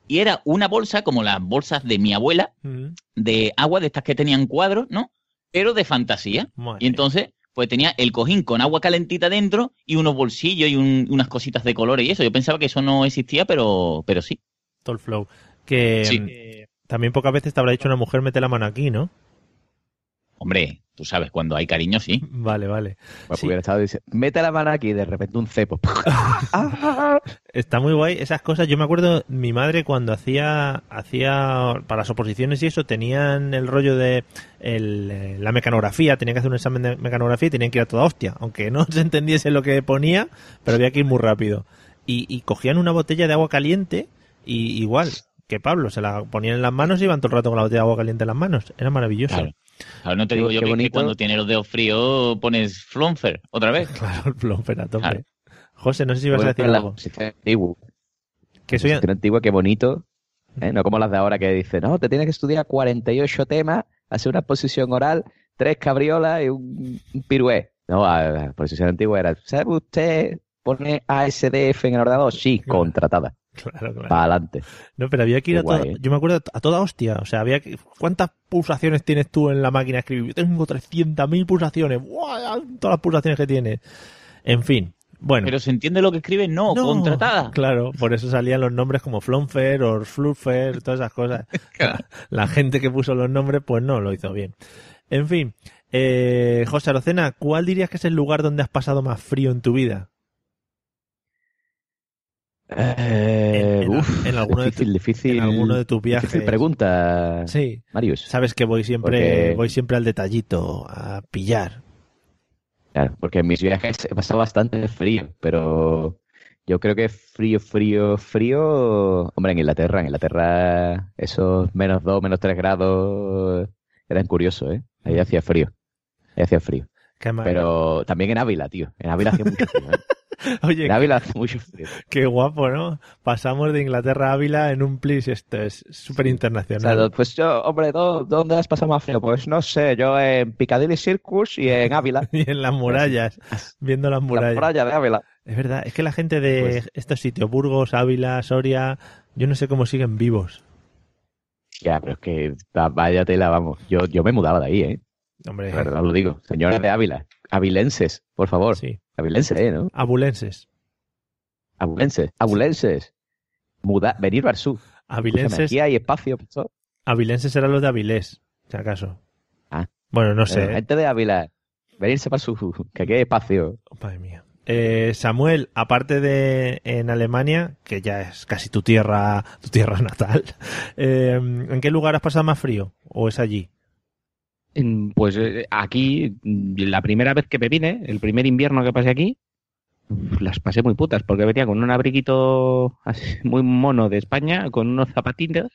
Speaker 5: Y era una bolsa, como las bolsas de mi abuela,
Speaker 1: Mm,
Speaker 5: de agua, de estas que tenían cuadros, ¿no? Pero de fantasía.
Speaker 1: madre.
Speaker 5: Y entonces, pues tenía el cojín con agua calentita dentro y unos bolsillos y un- unas cositas de colores y eso. Yo pensaba que eso no existía, pero, pero sí.
Speaker 1: Todo el flow. Que
Speaker 5: Sí.
Speaker 1: eh, también pocas veces te habrá dicho una mujer, mete la mano aquí, ¿no?
Speaker 5: Hombre, tú sabes, cuando hay cariño, sí.
Speaker 1: Vale, vale.
Speaker 3: Pues
Speaker 1: Sí.
Speaker 3: hubiera estado diciendo, mete la mano aquí y de repente un cepo.
Speaker 1: Está muy guay esas cosas. Yo me acuerdo mi madre cuando hacía hacía para las oposiciones y eso tenían el rollo de el, eh, la mecanografía, tenían que hacer un examen de mecanografía y tenían que ir a toda hostia, aunque no se entendiese lo que ponía, pero había que ir muy rápido. Y, y cogían una botella de agua caliente y igual que Pablo, se la ponían en las manos y iban todo el rato con la botella de agua caliente en las manos. Era maravilloso.
Speaker 5: Claro. Ahora no te
Speaker 3: Qué-
Speaker 5: digo
Speaker 3: qué
Speaker 5: yo que, que
Speaker 3: bonito.
Speaker 5: cuando tienes los dedos fríos pones flonfer otra vez.
Speaker 1: Claro, el plumper a tope.
Speaker 5: Claro.
Speaker 1: José, no sé si vas a decir
Speaker 3: la
Speaker 1: algo.
Speaker 3: posición antigua.
Speaker 1: Que soy...
Speaker 3: Posición antigua, qué bonito. ¿eh? No como las de ahora que dicen, no, te tienes que estudiar 48 temas, hacer una posición oral, tres cabriolas y un, un pirué. No, a- la posición antigua era, ¿sabe usted pone ASDF en el ordenador? Sí, contratada.
Speaker 1: Claro, claro.
Speaker 3: Para adelante.
Speaker 1: No, pero había que ir
Speaker 3: Qué
Speaker 1: a toda,
Speaker 3: guay, ¿eh?
Speaker 1: yo me acuerdo a toda hostia, o sea, había que, ¿cuántas pulsaciones tienes tú en la máquina de escribir? Yo tengo 300.000 pulsaciones, ¡buah! todas las pulsaciones que tienes. En fin, bueno.
Speaker 5: Pero se entiende lo que escribe, no,
Speaker 1: No,
Speaker 5: contratada.
Speaker 1: Claro, por eso salían los nombres como Flonfer o Fluffer, todas esas cosas. La gente que puso los nombres, pues no, lo hizo bien. En fin, eh, José Arocena, ¿cuál dirías que es el lugar donde has pasado más frío en tu vida?
Speaker 3: Eh,
Speaker 1: en-
Speaker 3: uf,
Speaker 1: en alguno de
Speaker 3: difícil, difícil,
Speaker 1: En alguno de tus viajes.
Speaker 3: difícil pregunta,
Speaker 1: Sí.
Speaker 3: Marius.
Speaker 1: Sabes que voy siempre,
Speaker 3: Porque-
Speaker 1: voy siempre al detallito, a pillar.
Speaker 3: Claro, porque en mis viajes he pasado bastante frío, pero yo creo que frío, frío, frío. Hombre, en Inglaterra, en Inglaterra, esos menos 2, menos 3 grados eran curiosos, ¿eh? Ahí hacía frío. Ahí hacía frío.
Speaker 1: Qué mal.
Speaker 3: Pero también en Ávila, tío. En Ávila hacía mucho frío. ¿eh?
Speaker 1: Oye,
Speaker 3: En Ávila hace mucho frío.
Speaker 1: qué guapo, ¿no? Pasamos de Inglaterra a Ávila en un plis, esto es súper
Speaker 3: O sea,
Speaker 1: internacional.
Speaker 3: pues yo, hombre, ¿dó- ¿dónde has pasado más frío? Pues no sé, yo en Piccadilly Circus y en Ávila.
Speaker 1: Y en las murallas, viendo las
Speaker 3: La
Speaker 1: murallas.
Speaker 3: playa de Ávila.
Speaker 1: Es verdad, es que la gente de
Speaker 3: Pues-
Speaker 1: estos sitios, Burgos, Ávila, Soria, yo no sé cómo siguen vivos.
Speaker 3: Ya, pero es que va- vaya tela, vamos. Yo, yo me mudaba de ahí, ¿eh?
Speaker 1: Hombre,
Speaker 3: De verdad lo digo. Señores de Ávila, avilenses, por favor.
Speaker 1: sí.
Speaker 3: Avilenses, ¿eh? ¿no?
Speaker 1: Abulenses.
Speaker 3: Abulenses, abulenses. Muda, venir al sur.
Speaker 1: Avilenses.
Speaker 3: Aquí hay espacio, pastor.
Speaker 1: Avilenses eran los de Avilés, si acaso. Bueno, no sé.
Speaker 3: Eh, Gente de Ávila, venirse para su... que aquí hay espacio.
Speaker 1: Madre mía. Eh, Samuel, aparte de en Alemania, que ya es casi tu tierra, tu tierra natal, eh, ¿en qué lugar has pasado más frío? ¿O es allí?
Speaker 7: Mm, Pues eh, aquí, mm, la primera vez que me vine, el primer invierno que pasé aquí, uf, las pasé muy putas, porque venía con un abriguito así, muy mono de España, con unos zapatitos,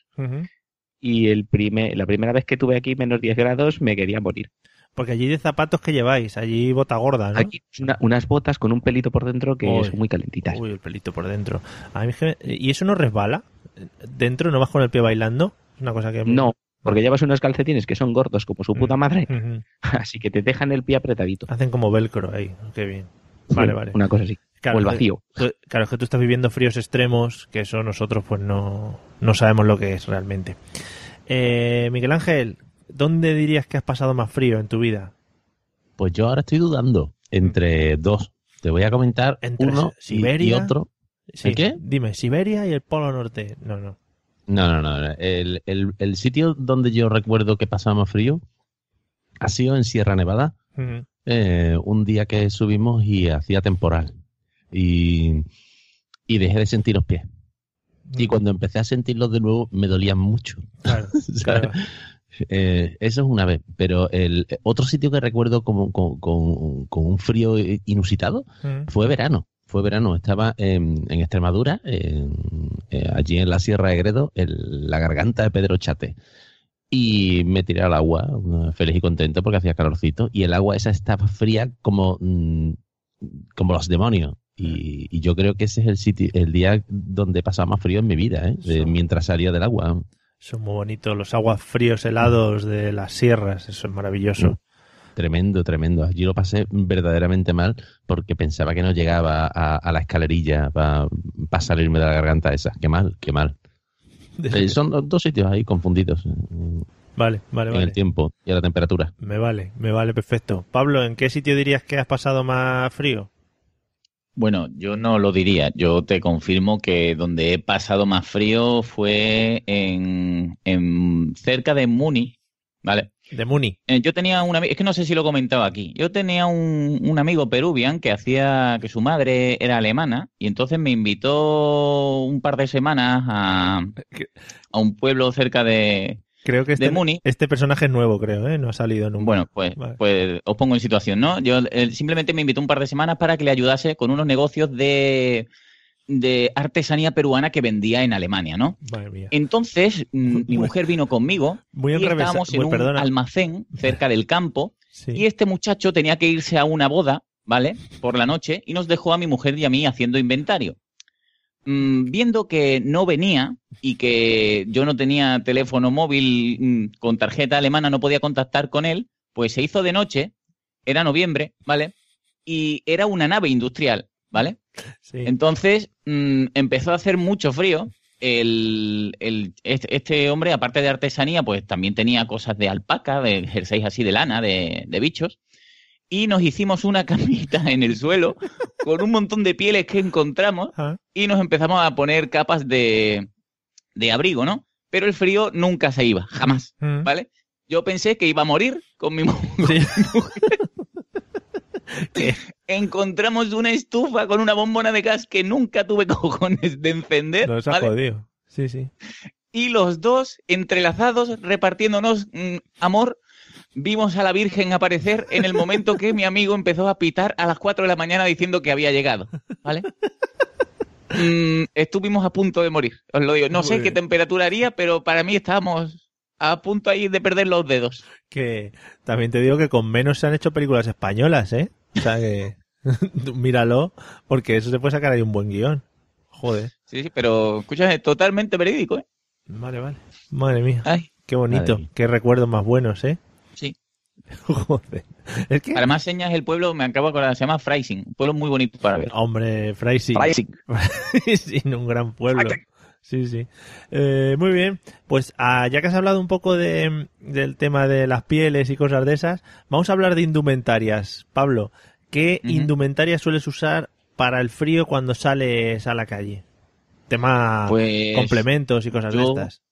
Speaker 7: y el primer, la primera vez que tuve aquí menos 10 grados me quería morir.
Speaker 1: Porque allí de zapatos que lleváis, allí bota gorda, ¿no?
Speaker 7: Aquí es una- unas botas con un pelito por dentro que
Speaker 1: Uy.
Speaker 7: son muy calentitas.
Speaker 1: Uy, el pelito por dentro. A mí es que- ¿Y eso no resbala? ¿Dentro no vas con el pie bailando? Es una cosa que...
Speaker 7: No, porque llevas unos calcetines que son gordos como su
Speaker 1: Mm.
Speaker 7: puta madre,
Speaker 1: Ujú.
Speaker 7: así que te dejan el pie apretadito.
Speaker 1: Hacen como velcro ahí. Qué bien. Vale,
Speaker 7: Sí,
Speaker 1: vale.
Speaker 7: Una cosa así. o el
Speaker 1: es que-
Speaker 7: vacío.
Speaker 1: tú- claro, es que tú estás viviendo fríos extremos, que eso nosotros pues no, no sabemos lo que es realmente. Eh, Miguel Ángel, ¿dónde dirías que has pasado más frío en tu vida?
Speaker 2: Pues yo ahora estoy dudando entre dos. Te voy a comentar
Speaker 1: Entre
Speaker 2: uno y-
Speaker 1: Siberia.
Speaker 2: y otro.
Speaker 1: Sí,
Speaker 2: ¿El qué?
Speaker 1: Dime, Siberia y el Polo Norte. No, no.
Speaker 2: No, no, no. no. El, el- el sitio donde yo recuerdo que pasaba más frío ha sido en Sierra Nevada,
Speaker 1: Ujú.
Speaker 2: eh, un día que subimos y hacía temporal. Y, y dejé de sentir los pies. Y cuando empecé a sentirlos de nuevo, me dolían mucho.
Speaker 1: Claro,
Speaker 2: ¿sabes?
Speaker 1: claro.
Speaker 2: Eh, eso es una vez, pero el eh, otro sitio que recuerdo como- con, con- con un frío eh, inusitado
Speaker 1: Ujú.
Speaker 2: fue verano. Fue verano, estaba en, en Extremadura, en- eh, allí en la Sierra de Gredo, en la garganta de Pedro Chate. Y me tiré al agua, eh, feliz y contento porque hacía calorcito, y el agua esa estaba fría como, mm, como los demonios. Y, y yo creo que ese es el sitio, el día donde pasaba más frío en mi vida, ¿eh? De-
Speaker 1: Sí.
Speaker 2: mientras salía del agua.
Speaker 1: Son muy bonitos los aguas fríos helados de las sierras. Eso es maravilloso.
Speaker 2: Mm. Tremendo, tremendo. Allí lo pasé verdaderamente mal porque pensaba que no llegaba a, a la escalerilla para salirme de la garganta esa. Qué mal, qué mal. Eh, son do- dos sitios ahí confundidos eh,
Speaker 1: Vale, vale,
Speaker 2: en
Speaker 1: vale.
Speaker 2: el tiempo y a la temperatura.
Speaker 1: Me vale, me vale, perfecto. Pablo, ¿en qué sitio dirías que has pasado más frío?
Speaker 5: Bueno, yo no lo diría. Yo te confirmo que donde he pasado más frío fue en, en cerca de Muni, ¿vale?
Speaker 1: De Muni.
Speaker 5: Eh, Yo tenía un amigo, es que no sé si lo he comentado aquí. Yo tenía un, un amigo peruvian que hacía que su madre era alemana y entonces me invitó un par de semanas a, a un pueblo cerca de,
Speaker 1: Creo que este,
Speaker 5: de Muni.
Speaker 1: este personaje es nuevo, creo, ¿eh? No ha salido nunca.
Speaker 5: Bueno, pues,
Speaker 1: Vale.
Speaker 5: pues os pongo en situación, ¿no? Yo él simplemente me invitó un par de semanas para que le ayudase con unos negocios de, de artesanía peruana que vendía en Alemania, ¿no?
Speaker 1: Madre mía.
Speaker 5: Entonces, mm, mi
Speaker 1: Bueno.
Speaker 5: mujer vino conmigo
Speaker 1: Muy
Speaker 5: y
Speaker 1: enrevesado.
Speaker 5: estábamos en
Speaker 1: muy-
Speaker 5: un
Speaker 1: perdona.
Speaker 5: almacén cerca del campo
Speaker 1: Sí.
Speaker 5: y este muchacho tenía que irse a una boda, ¿vale? Por la noche y nos dejó a mi mujer y a mí haciendo inventario. Mm, viendo que no venía y que yo no tenía teléfono móvil mm, con tarjeta alemana, no podía contactar con él, pues se hizo de noche, era noviembre, ¿vale? Y era una nave industrial, ¿vale?
Speaker 1: Sí.
Speaker 5: Entonces mm, empezó a hacer mucho frío. El, el- este, este hombre, aparte de artesanía, pues también tenía cosas de alpaca, de jerseys así de lana, de, de bichos. Y nos hicimos una camita en el suelo con un montón de pieles que encontramos
Speaker 1: Ajá.
Speaker 5: y nos empezamos a poner capas de, de abrigo, ¿no? Pero el frío nunca se iba, jamás,
Speaker 1: Mm.
Speaker 5: ¿vale? Yo pensé que iba a morir con mi, mu-
Speaker 1: Sí. Eh.
Speaker 5: encontramos una estufa con una bombona de gas que nunca tuve cojones de encender.
Speaker 1: mm. Nos ha
Speaker 5: ¿vale?
Speaker 1: jodido. Sí, sí.
Speaker 5: Y los dos, entrelazados, repartiéndonos mm, amor, vimos a la Virgen aparecer en el momento que mi amigo empezó a pitar a las 4 de la mañana diciendo que había llegado. ¿Vale? Mm, estuvimos a punto de morir, os lo digo. No
Speaker 1: Muy
Speaker 5: sé qué
Speaker 1: bien.
Speaker 5: temperatura haría, pero para mí estábamos a punto ahí de perder los dedos.
Speaker 1: Que también te digo que con menos se han hecho películas españolas, ¿eh? O sea que tú míralo, porque eso se puede sacar ahí un buen guión. Joder.
Speaker 5: Sí, sí, pero escucha, es totalmente verídico, ¿eh?
Speaker 1: Vale, vale. Madre mía.
Speaker 5: Ay,
Speaker 1: Qué bonito.
Speaker 2: Madre mía.
Speaker 1: Qué recuerdos más buenos, ¿eh?
Speaker 5: sí.
Speaker 1: Joder. Es que...
Speaker 5: Para más señas, el pueblo, me acabo de acordar, se llama Freising. Un pueblo muy bonito para ver.
Speaker 1: Hombre, Freising.
Speaker 3: Pricing.
Speaker 1: sin un gran pueblo. Sí, sí. Eh, muy bien. Pues ah, ya que has hablado un poco de, del tema de las pieles y cosas de esas, vamos a hablar de indumentarias. Pablo, ¿qué
Speaker 5: Ujú.
Speaker 1: indumentaria sueles usar para el frío cuando sales a la calle? Tema
Speaker 5: Pues
Speaker 1: complementos y cosas de
Speaker 5: yo-
Speaker 1: estas.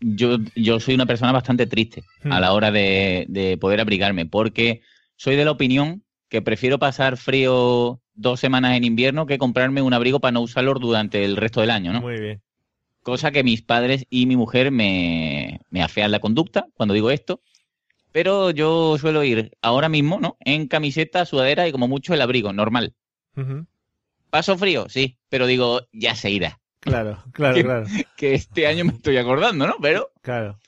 Speaker 5: yo, yo soy una persona bastante triste
Speaker 1: Hmm.
Speaker 5: a la hora de, de poder abrigarme, porque soy de la opinión que prefiero pasar frío dos semanas en invierno que comprarme un abrigo para no usarlo durante el resto del año, ¿no?
Speaker 1: Muy bien.
Speaker 5: Cosa que mis padres y mi mujer me, me afean la conducta cuando digo esto. Pero yo suelo ir ahora mismo, ¿no? En camiseta, sudadera y como mucho el abrigo, normal.
Speaker 1: Ujú.
Speaker 5: Paso frío, sí, pero digo, ya se irá.
Speaker 1: Claro, claro,
Speaker 5: ¿Qué-
Speaker 1: claro,
Speaker 5: Que este año me estoy acordando, ¿no? Pero
Speaker 1: claro.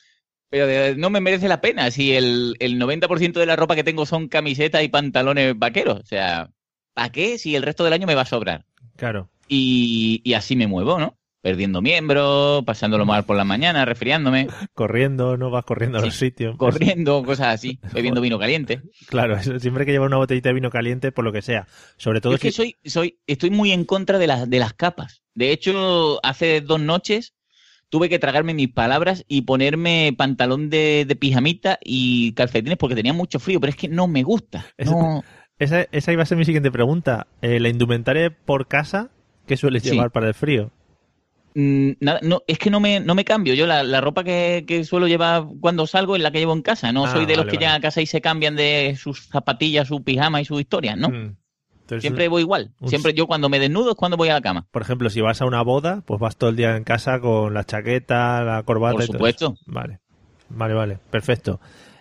Speaker 5: Pero de- no me merece la pena si el, el 90% de la ropa que tengo son camisetas y pantalones vaqueros. O sea, ¿para qué si el resto del año me va a sobrar?
Speaker 1: Claro.
Speaker 5: Y, y así me muevo, ¿no? Perdiendo miembros, pasándolo mal por la mañana, resfriándome,
Speaker 1: Corriendo, no vas corriendo a los sitios.
Speaker 5: corriendo, cosas así, bebiendo vino caliente.
Speaker 1: Claro, eso, siempre hay que llevar una botellita de vino caliente, por lo que sea. Sobre todo
Speaker 5: Yo es que
Speaker 1: si-
Speaker 5: soy, soy, estoy muy en contra de las, de las capas. De hecho, hace dos noches tuve que tragarme mis palabras y ponerme pantalón de, de pijamita y calcetines porque tenía mucho frío, pero es que no me gusta.
Speaker 1: Eso-
Speaker 5: No-
Speaker 1: esa, esa iba a ser mi siguiente pregunta. Eh, la indumentaria por casa, ¿qué sueles
Speaker 5: Sí.
Speaker 1: llevar para el frío?
Speaker 5: Mm, nada, no, es que no me, no me cambio. Yo la, la ropa que, que suelo llevar cuando salgo es la que llevo en casa. No
Speaker 1: Ah,
Speaker 5: soy de los
Speaker 1: vale,
Speaker 5: que
Speaker 1: vale.
Speaker 5: llegan a casa y se cambian de sus zapatillas, su pijama y sus historias, ¿no?
Speaker 1: Mm. Entonces,
Speaker 5: Siempre voy igual.
Speaker 1: un-
Speaker 5: Siempre yo cuando me desnudo es cuando voy a la cama.
Speaker 1: Por ejemplo, si vas a una boda, pues vas todo el día en casa con la chaqueta, la corbata
Speaker 5: Por
Speaker 1: y todo
Speaker 5: supuesto.
Speaker 1: eso. Vale, vale, vale, perfecto.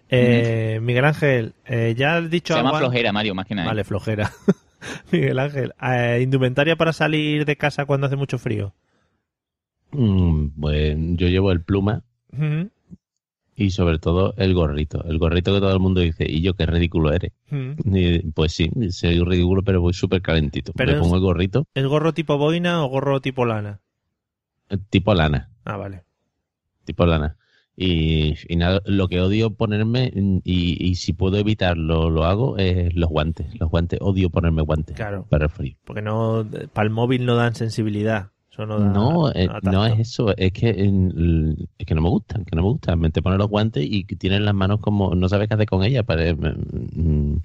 Speaker 1: Eh, Miguel Ángel, eh, ya has dicho
Speaker 5: Se llama
Speaker 1: algo an-
Speaker 5: flojera, ¿eh? Mario, más que nada.
Speaker 1: Vale, flojera. Miguel Ángel, eh, indumentaria para salir de casa cuando hace mucho frío.
Speaker 2: Mm, pues yo llevo el pluma
Speaker 1: Mm,
Speaker 2: y sobre todo el gorrito. El gorrito que todo el mundo dice, y yo qué ridículo eres.
Speaker 1: mm.
Speaker 2: Y, pues sí, soy ridículo, pero voy súper calentito.
Speaker 1: Pero
Speaker 2: Me
Speaker 1: es-
Speaker 2: pongo el gorrito
Speaker 1: ¿Es gorro tipo boina o gorro tipo lana?
Speaker 2: eh, tipo lana.
Speaker 1: Ah, vale.
Speaker 2: tipo lana. Y, y nada, lo que odio ponerme, mm, y, y si puedo evitarlo, lo hago, es los guantes. Los guantes, odio ponerme guantes
Speaker 1: Claro.
Speaker 2: para el frío.
Speaker 1: Porque no, para el móvil no dan sensibilidad. Eso no da.
Speaker 2: No, eh,
Speaker 1: da
Speaker 2: no es
Speaker 1: tacto.
Speaker 2: eso, es que, mm, es que no me gustan, que no me gustan. Me te pones los guantes y que tienes las manos como, no sabes qué hacer con ellas. pare- mm,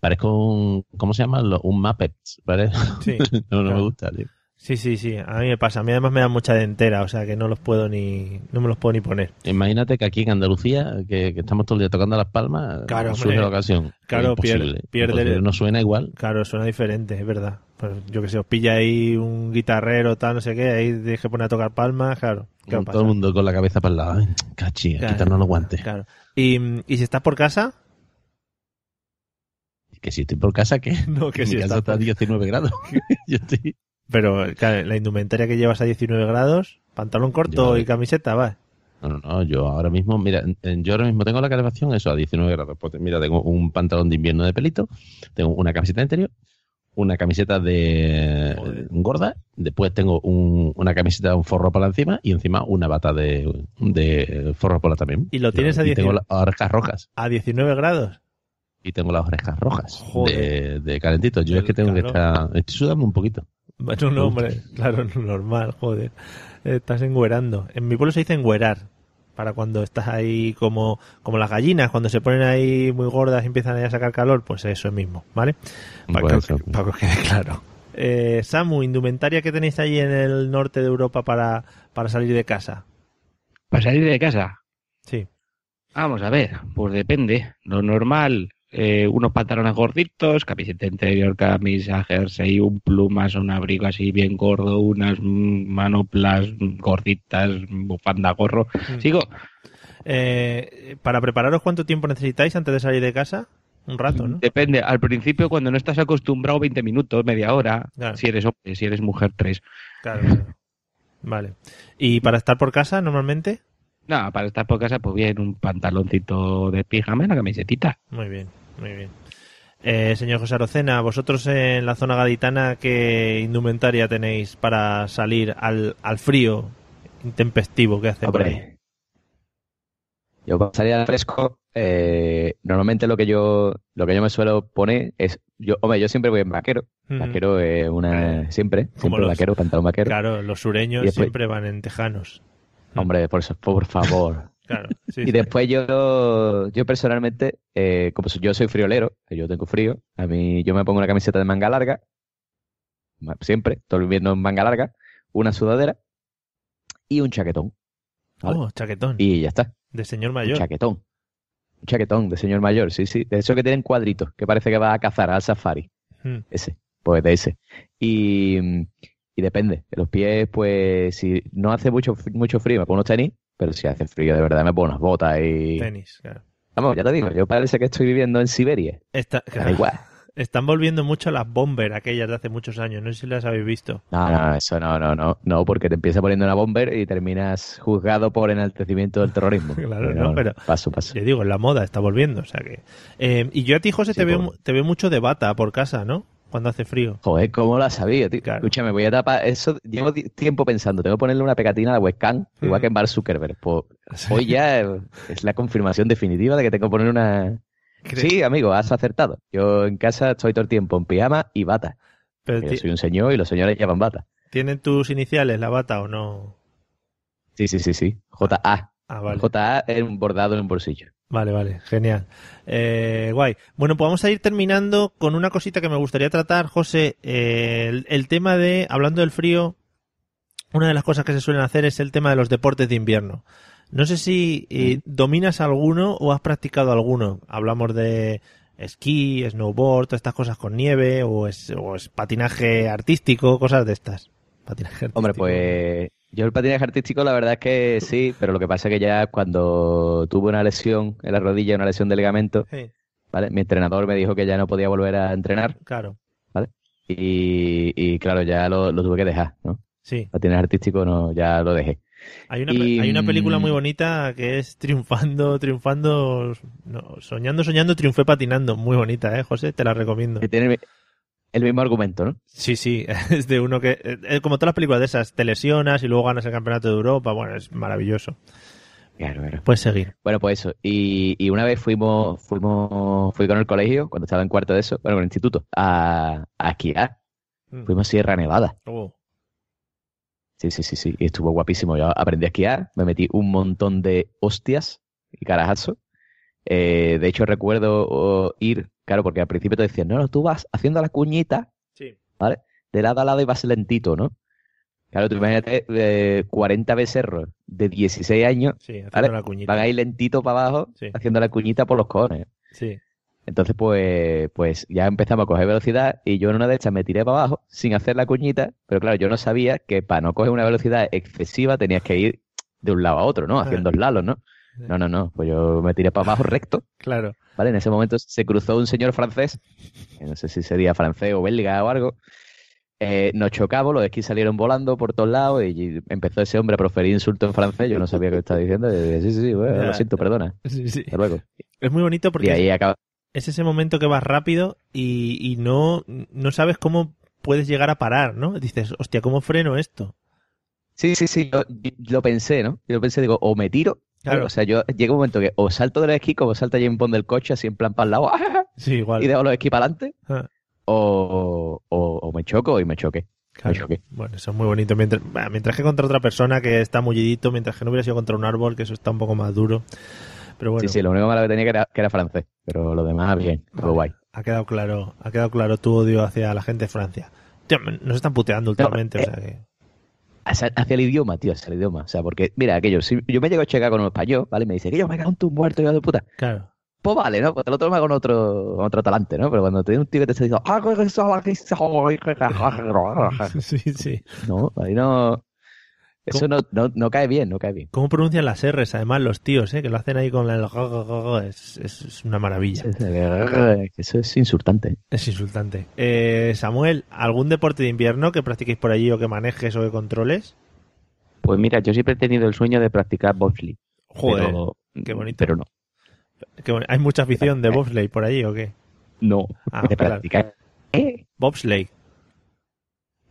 Speaker 2: parezco un, ¿cómo se llama? Lo- Un Muppet, ¿vale?
Speaker 1: Sí.
Speaker 2: no, no
Speaker 1: claro.
Speaker 2: me gusta, tío.
Speaker 1: sí, sí, sí. A mí me pasa. A mí además me dan mucha dentera, o sea que no los puedo ni, no me los puedo ni poner.
Speaker 2: Imagínate que aquí en Andalucía, que, que estamos todo el día tocando las palmas,
Speaker 1: Claro,
Speaker 2: surge
Speaker 1: hombre.
Speaker 2: la ocasión.
Speaker 1: Claro, pier-
Speaker 2: Imposible.
Speaker 1: pierde-
Speaker 2: Imposible. No suena igual.
Speaker 1: Claro, suena diferente, es verdad. Pues, yo que sé, os pilla ahí un guitarrero, tal, no sé qué, ahí tienes que poner a tocar palmas, claro. ¿Qué va a
Speaker 2: Con todo el
Speaker 1: pasar?
Speaker 2: mundo con la cabeza para el lado. Ay, Cachi,
Speaker 1: Claro.
Speaker 2: quitarnos los guantes.
Speaker 1: Claro. ¿Y, y si estás por casa?
Speaker 2: Que si estoy por casa, ¿qué?
Speaker 1: No, que
Speaker 2: mi
Speaker 1: si estás
Speaker 2: casa está a
Speaker 1: por-
Speaker 2: 19 grados. Yo estoy...
Speaker 1: Pero claro, la indumentaria que llevas a 19 grados, pantalón corto
Speaker 2: Yo-
Speaker 1: y camiseta, va.
Speaker 2: No, no, no, yo ahora mismo, mira, en- yo ahora mismo tengo la calefacción, eso, a 19 grados. Pues, mira, tengo un pantalón de invierno de pelito, tengo una camiseta interior, una camiseta de
Speaker 1: Joder.
Speaker 2: gorda, después tengo un- una camiseta, un forro por la encima y encima una bata de, de forro por la también.
Speaker 1: ¿Y lo tienes a
Speaker 2: Y tengo
Speaker 1: 19?
Speaker 2: las orejas rojas.
Speaker 1: A 19 grados.
Speaker 2: y tengo las orejas rojas
Speaker 1: Joder.
Speaker 2: de, de calentito. Yo
Speaker 1: Del
Speaker 2: es que tengo que
Speaker 1: calor.
Speaker 2: estar. Estoy sudando un poquito.
Speaker 1: Bueno, no, hombre, claro, normal, joder. Estás engüerando. En mi pueblo se dice engüerar. Para cuando estás ahí como, como las gallinas, cuando se ponen ahí muy gordas y empiezan ahí a sacar calor, pues eso mismo, ¿vale? Para,
Speaker 2: Pues
Speaker 1: que,
Speaker 2: eso.
Speaker 1: para que os quede claro. Eh, Samu, indumentaria que tenéis ahí en el norte de Europa para, para salir de casa.
Speaker 7: Para salir de casa.
Speaker 1: Sí.
Speaker 7: Vamos a ver, pues depende. Lo normal, eh, unos pantalones gorditos, camiseta interior, camisa, jersey, un plumas, un abrigo así bien gordo, unas mm, manoplas mm, gorditas, bufanda, gorro.
Speaker 1: Mm.
Speaker 7: Sigo,
Speaker 1: Eh, para prepararos, ¿cuánto tiempo necesitáis antes de salir de casa? Un rato, ¿no?
Speaker 7: depende. Al principio, cuando no estás acostumbrado, 20 minutos, media hora.
Speaker 1: Claro.
Speaker 7: Si eres hombre, si eres mujer, tres.
Speaker 1: Claro, claro. Vale. ¿Y para estar por casa normalmente?
Speaker 7: Nada, para estar por casa, pues bien, un pantaloncito de pijama y una camisetita.
Speaker 1: Muy bien, muy bien. Eh, señor José Arocena, vosotros en la zona gaditana, ¿qué indumentaria tenéis para salir al, al frío intempestivo que hace por ahí?
Speaker 3: Hombre. Yo para salir al fresco, eh, normalmente lo que yo lo que yo me suelo poner es, yo, hombre, yo siempre voy en vaquero,
Speaker 1: Ujú. Eh,
Speaker 3: vaquero es una siempre, siempre
Speaker 1: los-
Speaker 3: vaquero, pantalón vaquero,
Speaker 1: Claro, los sureños
Speaker 3: Y después-
Speaker 1: siempre van en tejanos.
Speaker 3: hombre, por, so- por favor.
Speaker 1: Claro, sí,
Speaker 3: y
Speaker 1: sí.
Speaker 3: después yo yo personalmente, eh, como so- yo soy friolero, yo tengo frío, a mí yo me pongo una camiseta de manga larga, ma- siempre, todo el invierno en manga larga, una sudadera y un chaquetón. ¿vale?
Speaker 1: Oh, chaquetón.
Speaker 3: Y ya está.
Speaker 1: De señor
Speaker 3: Un
Speaker 1: mayor.
Speaker 3: chaquetón. Un chaquetón de señor mayor, sí, sí. De eso que tienen cuadritos, que parece que va a cazar al safari.
Speaker 1: Mm.
Speaker 3: Ese, pues de ese. Y, mm, y depende. De los pies, pues si no hace mucho, mucho frío, me pongo unos tenis, pero si hace frío de verdad me pongo unas botas y...
Speaker 1: Tenis, claro.
Speaker 3: Vamos, ya te digo, yo parece que estoy viviendo en Siberia.
Speaker 1: Está-
Speaker 3: Da igual.
Speaker 1: Están volviendo mucho las bomber aquellas de hace muchos años. No sé si las habéis visto.
Speaker 3: No, no, eso no, no, no, no, porque te empieza poniendo una bomber y terminas juzgado por enaltecimiento del terrorismo.
Speaker 1: Claro, no, pero-
Speaker 3: Paso, paso.
Speaker 1: Yo digo, la moda está volviendo. O sea que. Eh, y yo a ti, José,
Speaker 3: Sí,
Speaker 1: te,
Speaker 3: pues.
Speaker 1: veo,
Speaker 3: por-
Speaker 1: mu- te veo mucho de bata por casa, ¿no? Cuando hace frío.
Speaker 3: Joder, ¿cómo la sabía, tío?
Speaker 1: Claro.
Speaker 3: Escúchame, voy a tapar. Eso llevo di- tiempo pensando. Tengo que ponerle una pegatina a la webcam, igual
Speaker 1: Mm.
Speaker 3: que en Bar Zuckerberg. Pues, hoy ya eh, es la confirmación definitiva de que tengo que poner una.
Speaker 1: Cre-
Speaker 3: Sí, amigo, has acertado. Yo en casa estoy todo el tiempo en pijama y bata.
Speaker 1: Pero
Speaker 3: Yo
Speaker 1: ti-
Speaker 3: soy un señor y los señores llevan bata.
Speaker 1: ¿Tienen tus iniciales la bata o no?
Speaker 3: Sí, sí, sí, sí. JA.
Speaker 1: Ah, vale.
Speaker 3: JA es un bordado en un bolsillo.
Speaker 1: Vale, vale, genial. Eh, guay. Bueno, pues vamos a ir terminando con una cosita que me gustaría tratar, José. Eh, el, el tema de, hablando del frío, una de las cosas que se suelen hacer es el tema de los deportes de invierno. No sé si
Speaker 3: Mm.
Speaker 1: eh, dominas alguno o has practicado alguno. Hablamos de esquí, snowboard, todas estas cosas con nieve o es, o es patinaje artístico, cosas de estas. Patinaje artístico.
Speaker 3: Hombre, pues yo el patinaje artístico la verdad es que sí, pero lo que pasa es que ya cuando tuve una lesión en la rodilla, una lesión de ligamento,
Speaker 1: Sí,
Speaker 3: ¿vale? Mi entrenador me dijo que ya no podía volver a pues, entrenar
Speaker 1: claro,
Speaker 3: y, y claro, ya lo, lo tuve que dejar, ¿no?
Speaker 1: sí.
Speaker 3: Patinaje artístico no, ya lo dejé.
Speaker 1: Hay una,
Speaker 3: Y,
Speaker 1: hay una película
Speaker 3: mm,
Speaker 1: muy bonita que es Triunfando, Triunfando, no, Soñando, Soñando, Triunfé Patinando. Muy bonita, ¿eh, José? Te la recomiendo.
Speaker 3: Que tiene el mismo argumento, ¿no?
Speaker 1: Sí, sí, es de uno que, eh, como todas las películas de esas, te lesionas y luego ganas el campeonato de Europa. Bueno, es maravilloso.
Speaker 3: Claro, claro.
Speaker 1: Puedes seguir.
Speaker 3: Bueno, pues eso. Y, y una vez fuimos, fuimos, fui con el colegio, cuando estaba en cuarto de eso, bueno, con el instituto, a, a esquiar.
Speaker 1: Mm.
Speaker 3: Fuimos a Sierra Nevada.
Speaker 1: Oh,
Speaker 3: Sí, sí, sí, sí. Y estuvo guapísimo. Yo aprendí a esquiar, me metí un montón de hostias y carajazos. Eh, de hecho, recuerdo oh, ir, claro, porque al principio te decían, no, no, tú vas haciendo la cuñita
Speaker 1: sí.
Speaker 3: de lado a lado y vas lentito, ¿no? Claro, tú imagínate eh, 40 becerros de 16 años
Speaker 1: Sí, haciendo
Speaker 3: Vale,
Speaker 1: la cuñita.
Speaker 3: van a ir lentito para abajo
Speaker 1: Sí.
Speaker 3: haciendo la cuñita por los cojones.
Speaker 1: Sí.
Speaker 3: Entonces, pues, pues ya empezamos a coger velocidad y yo en una de estas me tiré para abajo sin hacer la cuñita, pero claro, yo no sabía que para no coger una velocidad excesiva tenías que ir de un lado a otro, ¿no? Haciendo lalos, ¿no? No, no, no, pues yo me tiré para abajo recto,
Speaker 1: Claro.
Speaker 3: ¿vale? En ese momento se cruzó un señor francés, que no sé si sería francés o belga o algo, eh, nos chocamos, los esquís salieron volando por todos lados y empezó ese hombre a proferir insultos en francés, yo no sabía qué estaba diciendo, y dije, sí, sí, sí, bueno,
Speaker 1: Ya.
Speaker 3: lo siento, perdona,
Speaker 1: Sí, sí.
Speaker 3: hasta luego.
Speaker 1: Es muy bonito porque
Speaker 3: Y ahí acaba,
Speaker 1: es ese momento que vas rápido y, y no, no sabes cómo puedes llegar a parar, ¿no? Dices, hostia, ¿cómo freno esto?
Speaker 3: Sí, sí, sí, yo, yo lo pensé, ¿no? Yo lo pensé, digo, o me tiro,
Speaker 1: Claro.
Speaker 3: claro, o sea, yo llega un momento que o salto del esquí como salta Jim Bond del coche así en plan para el lado ¡ah!
Speaker 1: Sí, igual.
Speaker 3: y dejo los esquí para adelante,
Speaker 1: Ah.
Speaker 3: o, o- o me choco y me choqué.
Speaker 1: Claro.
Speaker 3: Eso que-
Speaker 1: Bueno, eso es muy bonito. Mientras, bah, mientras que contra otra persona que está mullidito, mientras que no hubiera sido contra un árbol, que eso está un poco más duro. Pero bueno,
Speaker 3: Sí, sí, lo único malo que tenía que era, que era francés, pero lo demás bien, todo guay.
Speaker 1: ha quedado claro, ha quedado claro tu odio hacia la gente de Francia. Tío, me- nos están puteando últimamente,
Speaker 3: eh,
Speaker 1: o sea que.
Speaker 3: Hacia, hacia el idioma, tío, hacia el idioma. O sea, porque, mira, aquello, si yo me llego a checar con un español, ¿vale? Y me dice, que yo me cago en tu muerto, yo de puta.
Speaker 1: Claro.
Speaker 3: Pues vale, ¿no? Pues te lo toma con otro, con otro talante, ¿no? Pero cuando te viene un tío que te está diciendo, "Ah, que eso, ah, que eso, ah, que eso",
Speaker 1: Sí, sí.
Speaker 3: No, ahí no. Eso no, no, no cae bien, no cae bien.
Speaker 1: ¿Cómo pronuncian las R's? Además, los tíos, ¿eh? Que lo hacen ahí con el. go, go, go, go, Es, es- es una maravilla.
Speaker 3: Eso es insultante.
Speaker 1: Es insultante. Eh, Samuel, ¿algún deporte de invierno que practiquéis por allí o que manejes o que controles?
Speaker 7: Pues mira, yo siempre he tenido el sueño de practicar bobsleigh.
Speaker 1: Joder,
Speaker 7: pero,
Speaker 1: qué bonito.
Speaker 7: Pero no.
Speaker 1: qué bueno. ¿Hay mucha afición
Speaker 3: eh,
Speaker 1: de bobsleigh por allí o qué?
Speaker 7: No.
Speaker 1: Ah,
Speaker 3: De
Speaker 1: claro.
Speaker 3: practicar. ¿Eh?
Speaker 1: Bobsleigh.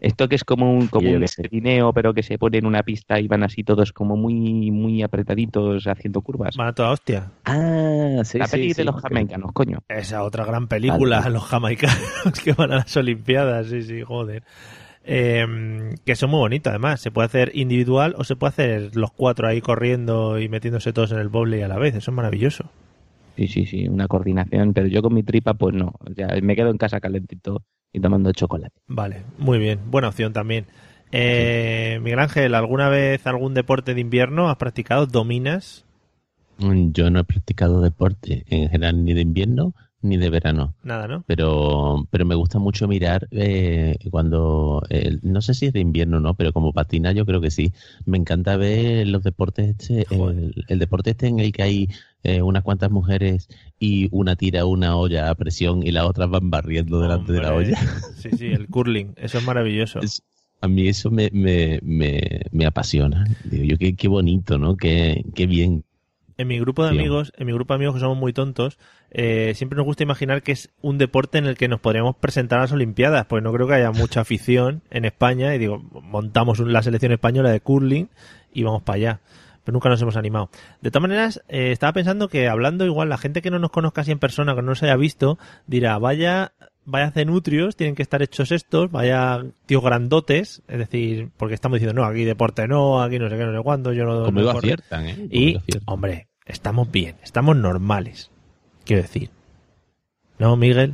Speaker 7: Esto que es como un, como
Speaker 3: Yo
Speaker 7: un
Speaker 3: qué sé.
Speaker 7: trineo, pero que se pone en una pista y van así todos como muy, muy apretaditos haciendo curvas.
Speaker 1: Van a toda hostia.
Speaker 3: Ah, sí,
Speaker 7: La
Speaker 3: sí,
Speaker 7: peli
Speaker 3: sí.
Speaker 7: de los jamaicanos, coño.
Speaker 1: Esa otra gran película,
Speaker 3: Vale.
Speaker 1: los jamaicanos que van a las Olimpiadas, sí, sí, joder. Eh, que son muy bonitos, además. Se puede hacer individual o se puede hacer los cuatro ahí corriendo y metiéndose todos en el bowling a la vez. Eso es maravilloso.
Speaker 7: Sí, sí, sí, una coordinación, pero yo con mi tripa, pues no. O sea, me quedo en casa calentito y tomando chocolate.
Speaker 1: Vale, muy bien. Buena opción también. Eh, Miguel Ángel, ¿alguna vez algún deporte de invierno has practicado? ¿Dominas?
Speaker 2: Mm, Yo no he practicado deporte en general ni de invierno ni de verano.
Speaker 1: Nada, ¿no?
Speaker 2: pero pero me gusta mucho mirar eh, cuando eh, no sé si es de invierno o no pero como patina yo creo que sí me encanta ver los deportes este el, el deporte este en el que hay eh, unas cuantas mujeres y una tira una olla a presión y las otras van barriendo delante de la
Speaker 1: Hombre,
Speaker 2: olla
Speaker 1: Sí, sí, el curling. Eso es maravilloso.
Speaker 2: Es- a mí eso me, me, me, me apasiona digo yo qué, qué bonito no qué, qué bien
Speaker 1: En mi grupo de
Speaker 2: Sí.
Speaker 1: amigos, en mi grupo de amigos que somos muy tontos, eh, siempre nos gusta imaginar que es un deporte en el que nos podríamos presentar a las Olimpiadas, pues no creo que haya mucha afición en España y digo, montamos un- la selección española de curling y vamos para allá. Pero nunca nos hemos animado. De todas maneras, eh, estaba pensando que hablando igual, la gente que no nos conozca así en persona, que no nos haya visto, dirá, vaya, vaya cenutrios, tienen que estar hechos estos, vaya tíos grandotes, es decir, porque estamos diciendo, no, aquí deporte no, aquí no sé qué, no sé cuándo, yo no... no
Speaker 2: conmigo
Speaker 1: corro".
Speaker 2: aciertan eh
Speaker 1: Y,
Speaker 2: Conmigo aciertan.
Speaker 1: hombre, estamos bien, estamos normales. Quiero decir. ¿No, Miguel?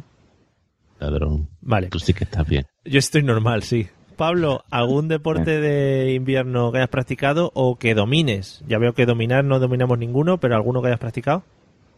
Speaker 2: ladrón
Speaker 1: Vale.
Speaker 2: tú sí que estás bien
Speaker 1: Yo estoy normal, sí. Pablo, ¿algún deporte de invierno que hayas practicado o que domines? Ya veo que dominar no dominamos ninguno, pero alguno que hayas practicado.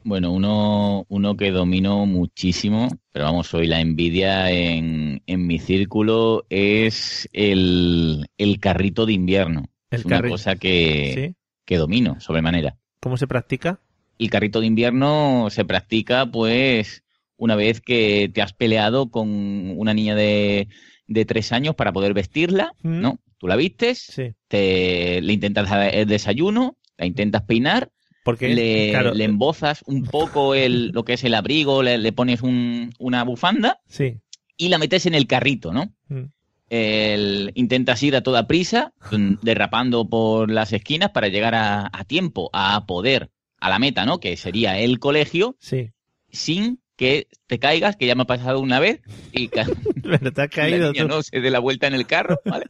Speaker 5: Bueno, uno, uno que domino muchísimo, pero vamos, hoy la envidia en, en mi círculo es el, el carrito de invierno.
Speaker 1: El
Speaker 5: es una
Speaker 1: carri-
Speaker 5: cosa que,
Speaker 1: ¿Sí?
Speaker 5: que domino sobremanera.
Speaker 1: ¿Cómo se practica?
Speaker 5: El carrito de invierno se practica, pues, una vez que te has peleado con una niña de, de tres años para poder vestirla,
Speaker 1: Mm.
Speaker 5: ¿no? Tú la vistes,
Speaker 1: Sí.
Speaker 5: te, le intentas dar el desayuno, la intentas peinar
Speaker 1: Porque
Speaker 5: le,
Speaker 1: claro,
Speaker 5: le embozas un poco el, lo que es el abrigo, le, le pones un- una bufanda
Speaker 1: sí.
Speaker 5: y la metes en el carrito, ¿no?
Speaker 1: Mm.
Speaker 5: El- intentas ir a toda prisa, mm, derrapando por las esquinas para llegar a, a tiempo, a poder, a la meta, ¿no? Que sería el colegio,
Speaker 1: Sí.
Speaker 5: sin que te caigas, que ya me ha pasado una vez, y ca-
Speaker 1: Pero te has
Speaker 5: la
Speaker 1: caído
Speaker 5: niña
Speaker 1: tú.
Speaker 5: no se dé la vuelta en el carro, ¿vale?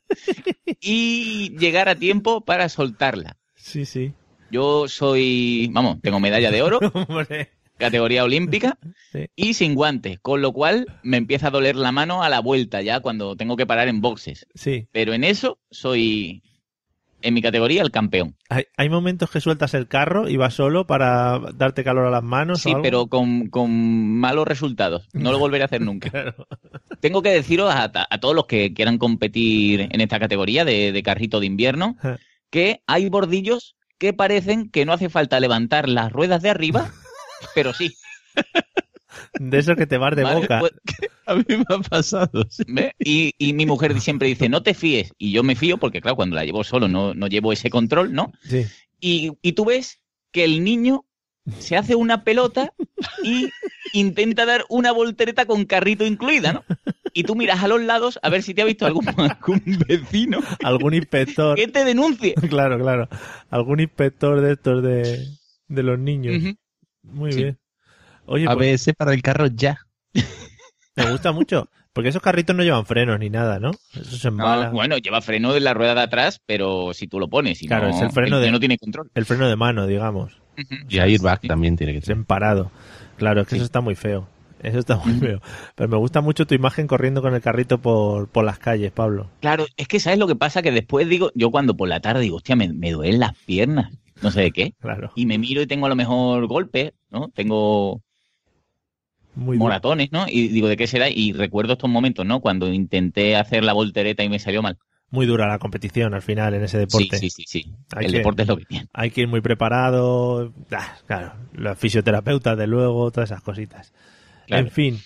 Speaker 5: Y llegar a tiempo para soltarla.
Speaker 1: Sí, sí.
Speaker 5: Yo soy, vamos, tengo medalla de oro,
Speaker 1: Hombre.
Speaker 5: categoría olímpica
Speaker 1: Sí.
Speaker 5: y sin guantes, con lo cual me empieza a doler la mano a la vuelta ya cuando tengo que parar en boxes.
Speaker 1: Sí.
Speaker 5: Pero en eso soy, en mi categoría, el campeón.
Speaker 1: Hay, hay momentos que sueltas el carro y vas solo para darte calor a las manos. o
Speaker 5: Sí,
Speaker 1: algo.
Speaker 5: pero con, con malos resultados. No lo volveré a hacer nunca.
Speaker 1: Claro.
Speaker 5: Tengo que deciros a, ta- a todos los que quieran competir en esta categoría de, de carrito de invierno
Speaker 1: Ja.
Speaker 5: que hay bordillos que parecen que no hace falta levantar las ruedas de arriba, pero sí.
Speaker 1: De eso que te vas de
Speaker 5: ¿vale?
Speaker 1: boca.
Speaker 5: Pues-
Speaker 2: a mí me ha pasado sí.
Speaker 5: ¿Ve? Y, y mi mujer siempre dice, no te fíes. Y yo me fío porque, claro, cuando la llevo solo no, no llevo ese control, ¿no?
Speaker 1: Sí.
Speaker 5: Y, y tú ves que el niño se hace una pelota y intenta dar una voltereta con carrito incluida, ¿no? Y tú miras a los lados a ver si te ha visto algún, algún vecino
Speaker 1: Algún inspector.
Speaker 5: que te denuncie.
Speaker 1: Claro, claro. Algún inspector de estos de, de los niños.
Speaker 5: Ujú.
Speaker 1: Muy
Speaker 5: sí.
Speaker 1: bien. Oye, pues,
Speaker 2: ABS para el carro ya
Speaker 1: me gusta mucho. Porque esos carritos no llevan frenos ni nada, ¿no? Eso se
Speaker 5: No,
Speaker 1: embala.
Speaker 5: Ah, bueno, lleva freno en la rueda de atrás, pero si tú lo pones, si
Speaker 1: Claro,
Speaker 5: no,
Speaker 1: es el freno de-
Speaker 5: no tiene control.
Speaker 1: El freno de mano, digamos.
Speaker 5: Ujú.
Speaker 2: y airbag también tiene que
Speaker 1: Es
Speaker 2: ser
Speaker 1: emparado. Claro, es que
Speaker 5: Sí.
Speaker 1: eso está muy feo. Eso está muy feo. Pero me gusta mucho tu imagen corriendo con el carrito por, por las calles, Pablo.
Speaker 5: Claro, es que sabes lo que pasa, que después digo, yo cuando por la tarde digo, hostia, me, me duelen las piernas, no sé de qué,
Speaker 1: Claro.
Speaker 5: y me miro y tengo a lo mejor golpes, ¿no? Tengo
Speaker 1: Muy bien.
Speaker 5: moratones, ¿no? Y digo, ¿de qué será? Y recuerdo estos momentos, ¿no? Cuando intenté hacer la voltereta y me salió mal.
Speaker 1: Muy dura la competición al final en ese
Speaker 5: Sí,
Speaker 1: deporte.
Speaker 5: sí, sí, sí.
Speaker 1: Hay
Speaker 5: El
Speaker 1: que-
Speaker 5: deporte es lo que tiene.
Speaker 1: Hay que ir muy preparado. Ah, claro, los fisioterapeutas, de luego, todas esas cositas.
Speaker 5: Claro.
Speaker 1: En fin.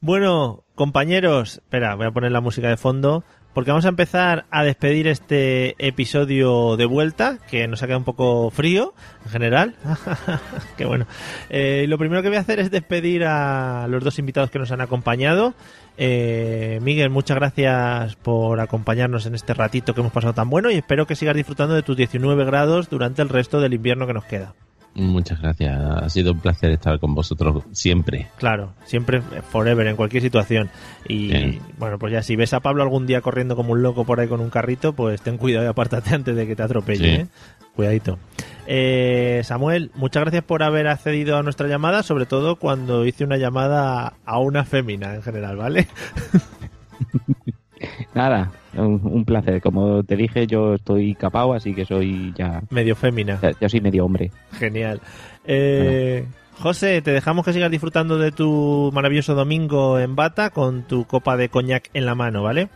Speaker 1: Bueno, compañeros, espera, voy a poner la música de fondo. Porque vamos a empezar a despedir este episodio de vuelta, que nos ha quedado un poco frío en general. Qué bueno. Eh, lo primero que voy a hacer es despedir a los dos invitados que nos han acompañado. Eh, Miguel, muchas gracias por acompañarnos en este ratito que hemos pasado tan bueno y espero que sigas disfrutando de tus 19 grados durante el resto del invierno que nos queda.
Speaker 2: Muchas gracias. Ha sido un placer estar con vosotros siempre.
Speaker 1: Claro, siempre eh, forever, en cualquier situación. Y
Speaker 2: Bien.
Speaker 1: bueno, pues ya si ves a Pablo algún día corriendo como un loco por ahí con un carrito, pues ten cuidado y apártate antes de que te atropelle.
Speaker 2: Sí.
Speaker 1: ¿eh? Cuidadito. Eh, Samuel, muchas gracias por haber accedido a nuestra llamada, sobre todo cuando hice una llamada a una fémina en general, ¿vale?
Speaker 7: Nada, Un, un placer. Como te dije, yo estoy capao, así que soy ya.
Speaker 1: Medio fémina.
Speaker 7: ya- ya soy medio hombre.
Speaker 1: Genial. Eh, José, te dejamos que sigas disfrutando de tu maravilloso domingo en bata con tu copa de coñac en la mano, ¿vale?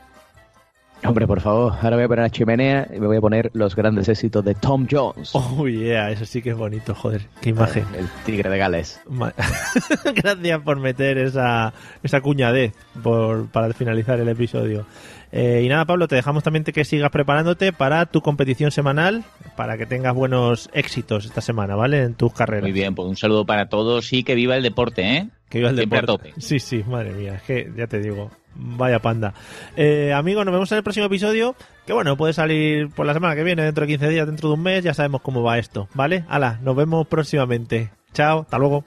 Speaker 3: Hombre, por favor, ahora voy a poner la chimenea y me voy a poner los grandes éxitos de Tom Jones.
Speaker 1: Oh, yeah, eso sí que es bonito, joder. Qué imagen.
Speaker 3: El tigre de Gales.
Speaker 1: Ma- Gracias por meter esa, esa cuñadez por, para finalizar el episodio. Eh, y nada, Pablo, te dejamos también te- que sigas preparándote para tu competición semanal, para que tengas buenos éxitos esta semana, ¿vale? En tus carreras.
Speaker 5: Muy bien, pues un saludo para todos y que viva el deporte, ¿eh?
Speaker 1: Que viva el
Speaker 5: Siempre a
Speaker 1: deporte.
Speaker 5: tope.
Speaker 1: Sí, sí, madre mía, es que ya te digo, vaya panda. Eh, amigos, nos vemos en el próximo episodio, que bueno, puede salir por la semana que viene, dentro de 15 días, dentro de un mes, ya sabemos cómo va esto, ¿vale? Hala, nos vemos próximamente. Chao, hasta luego.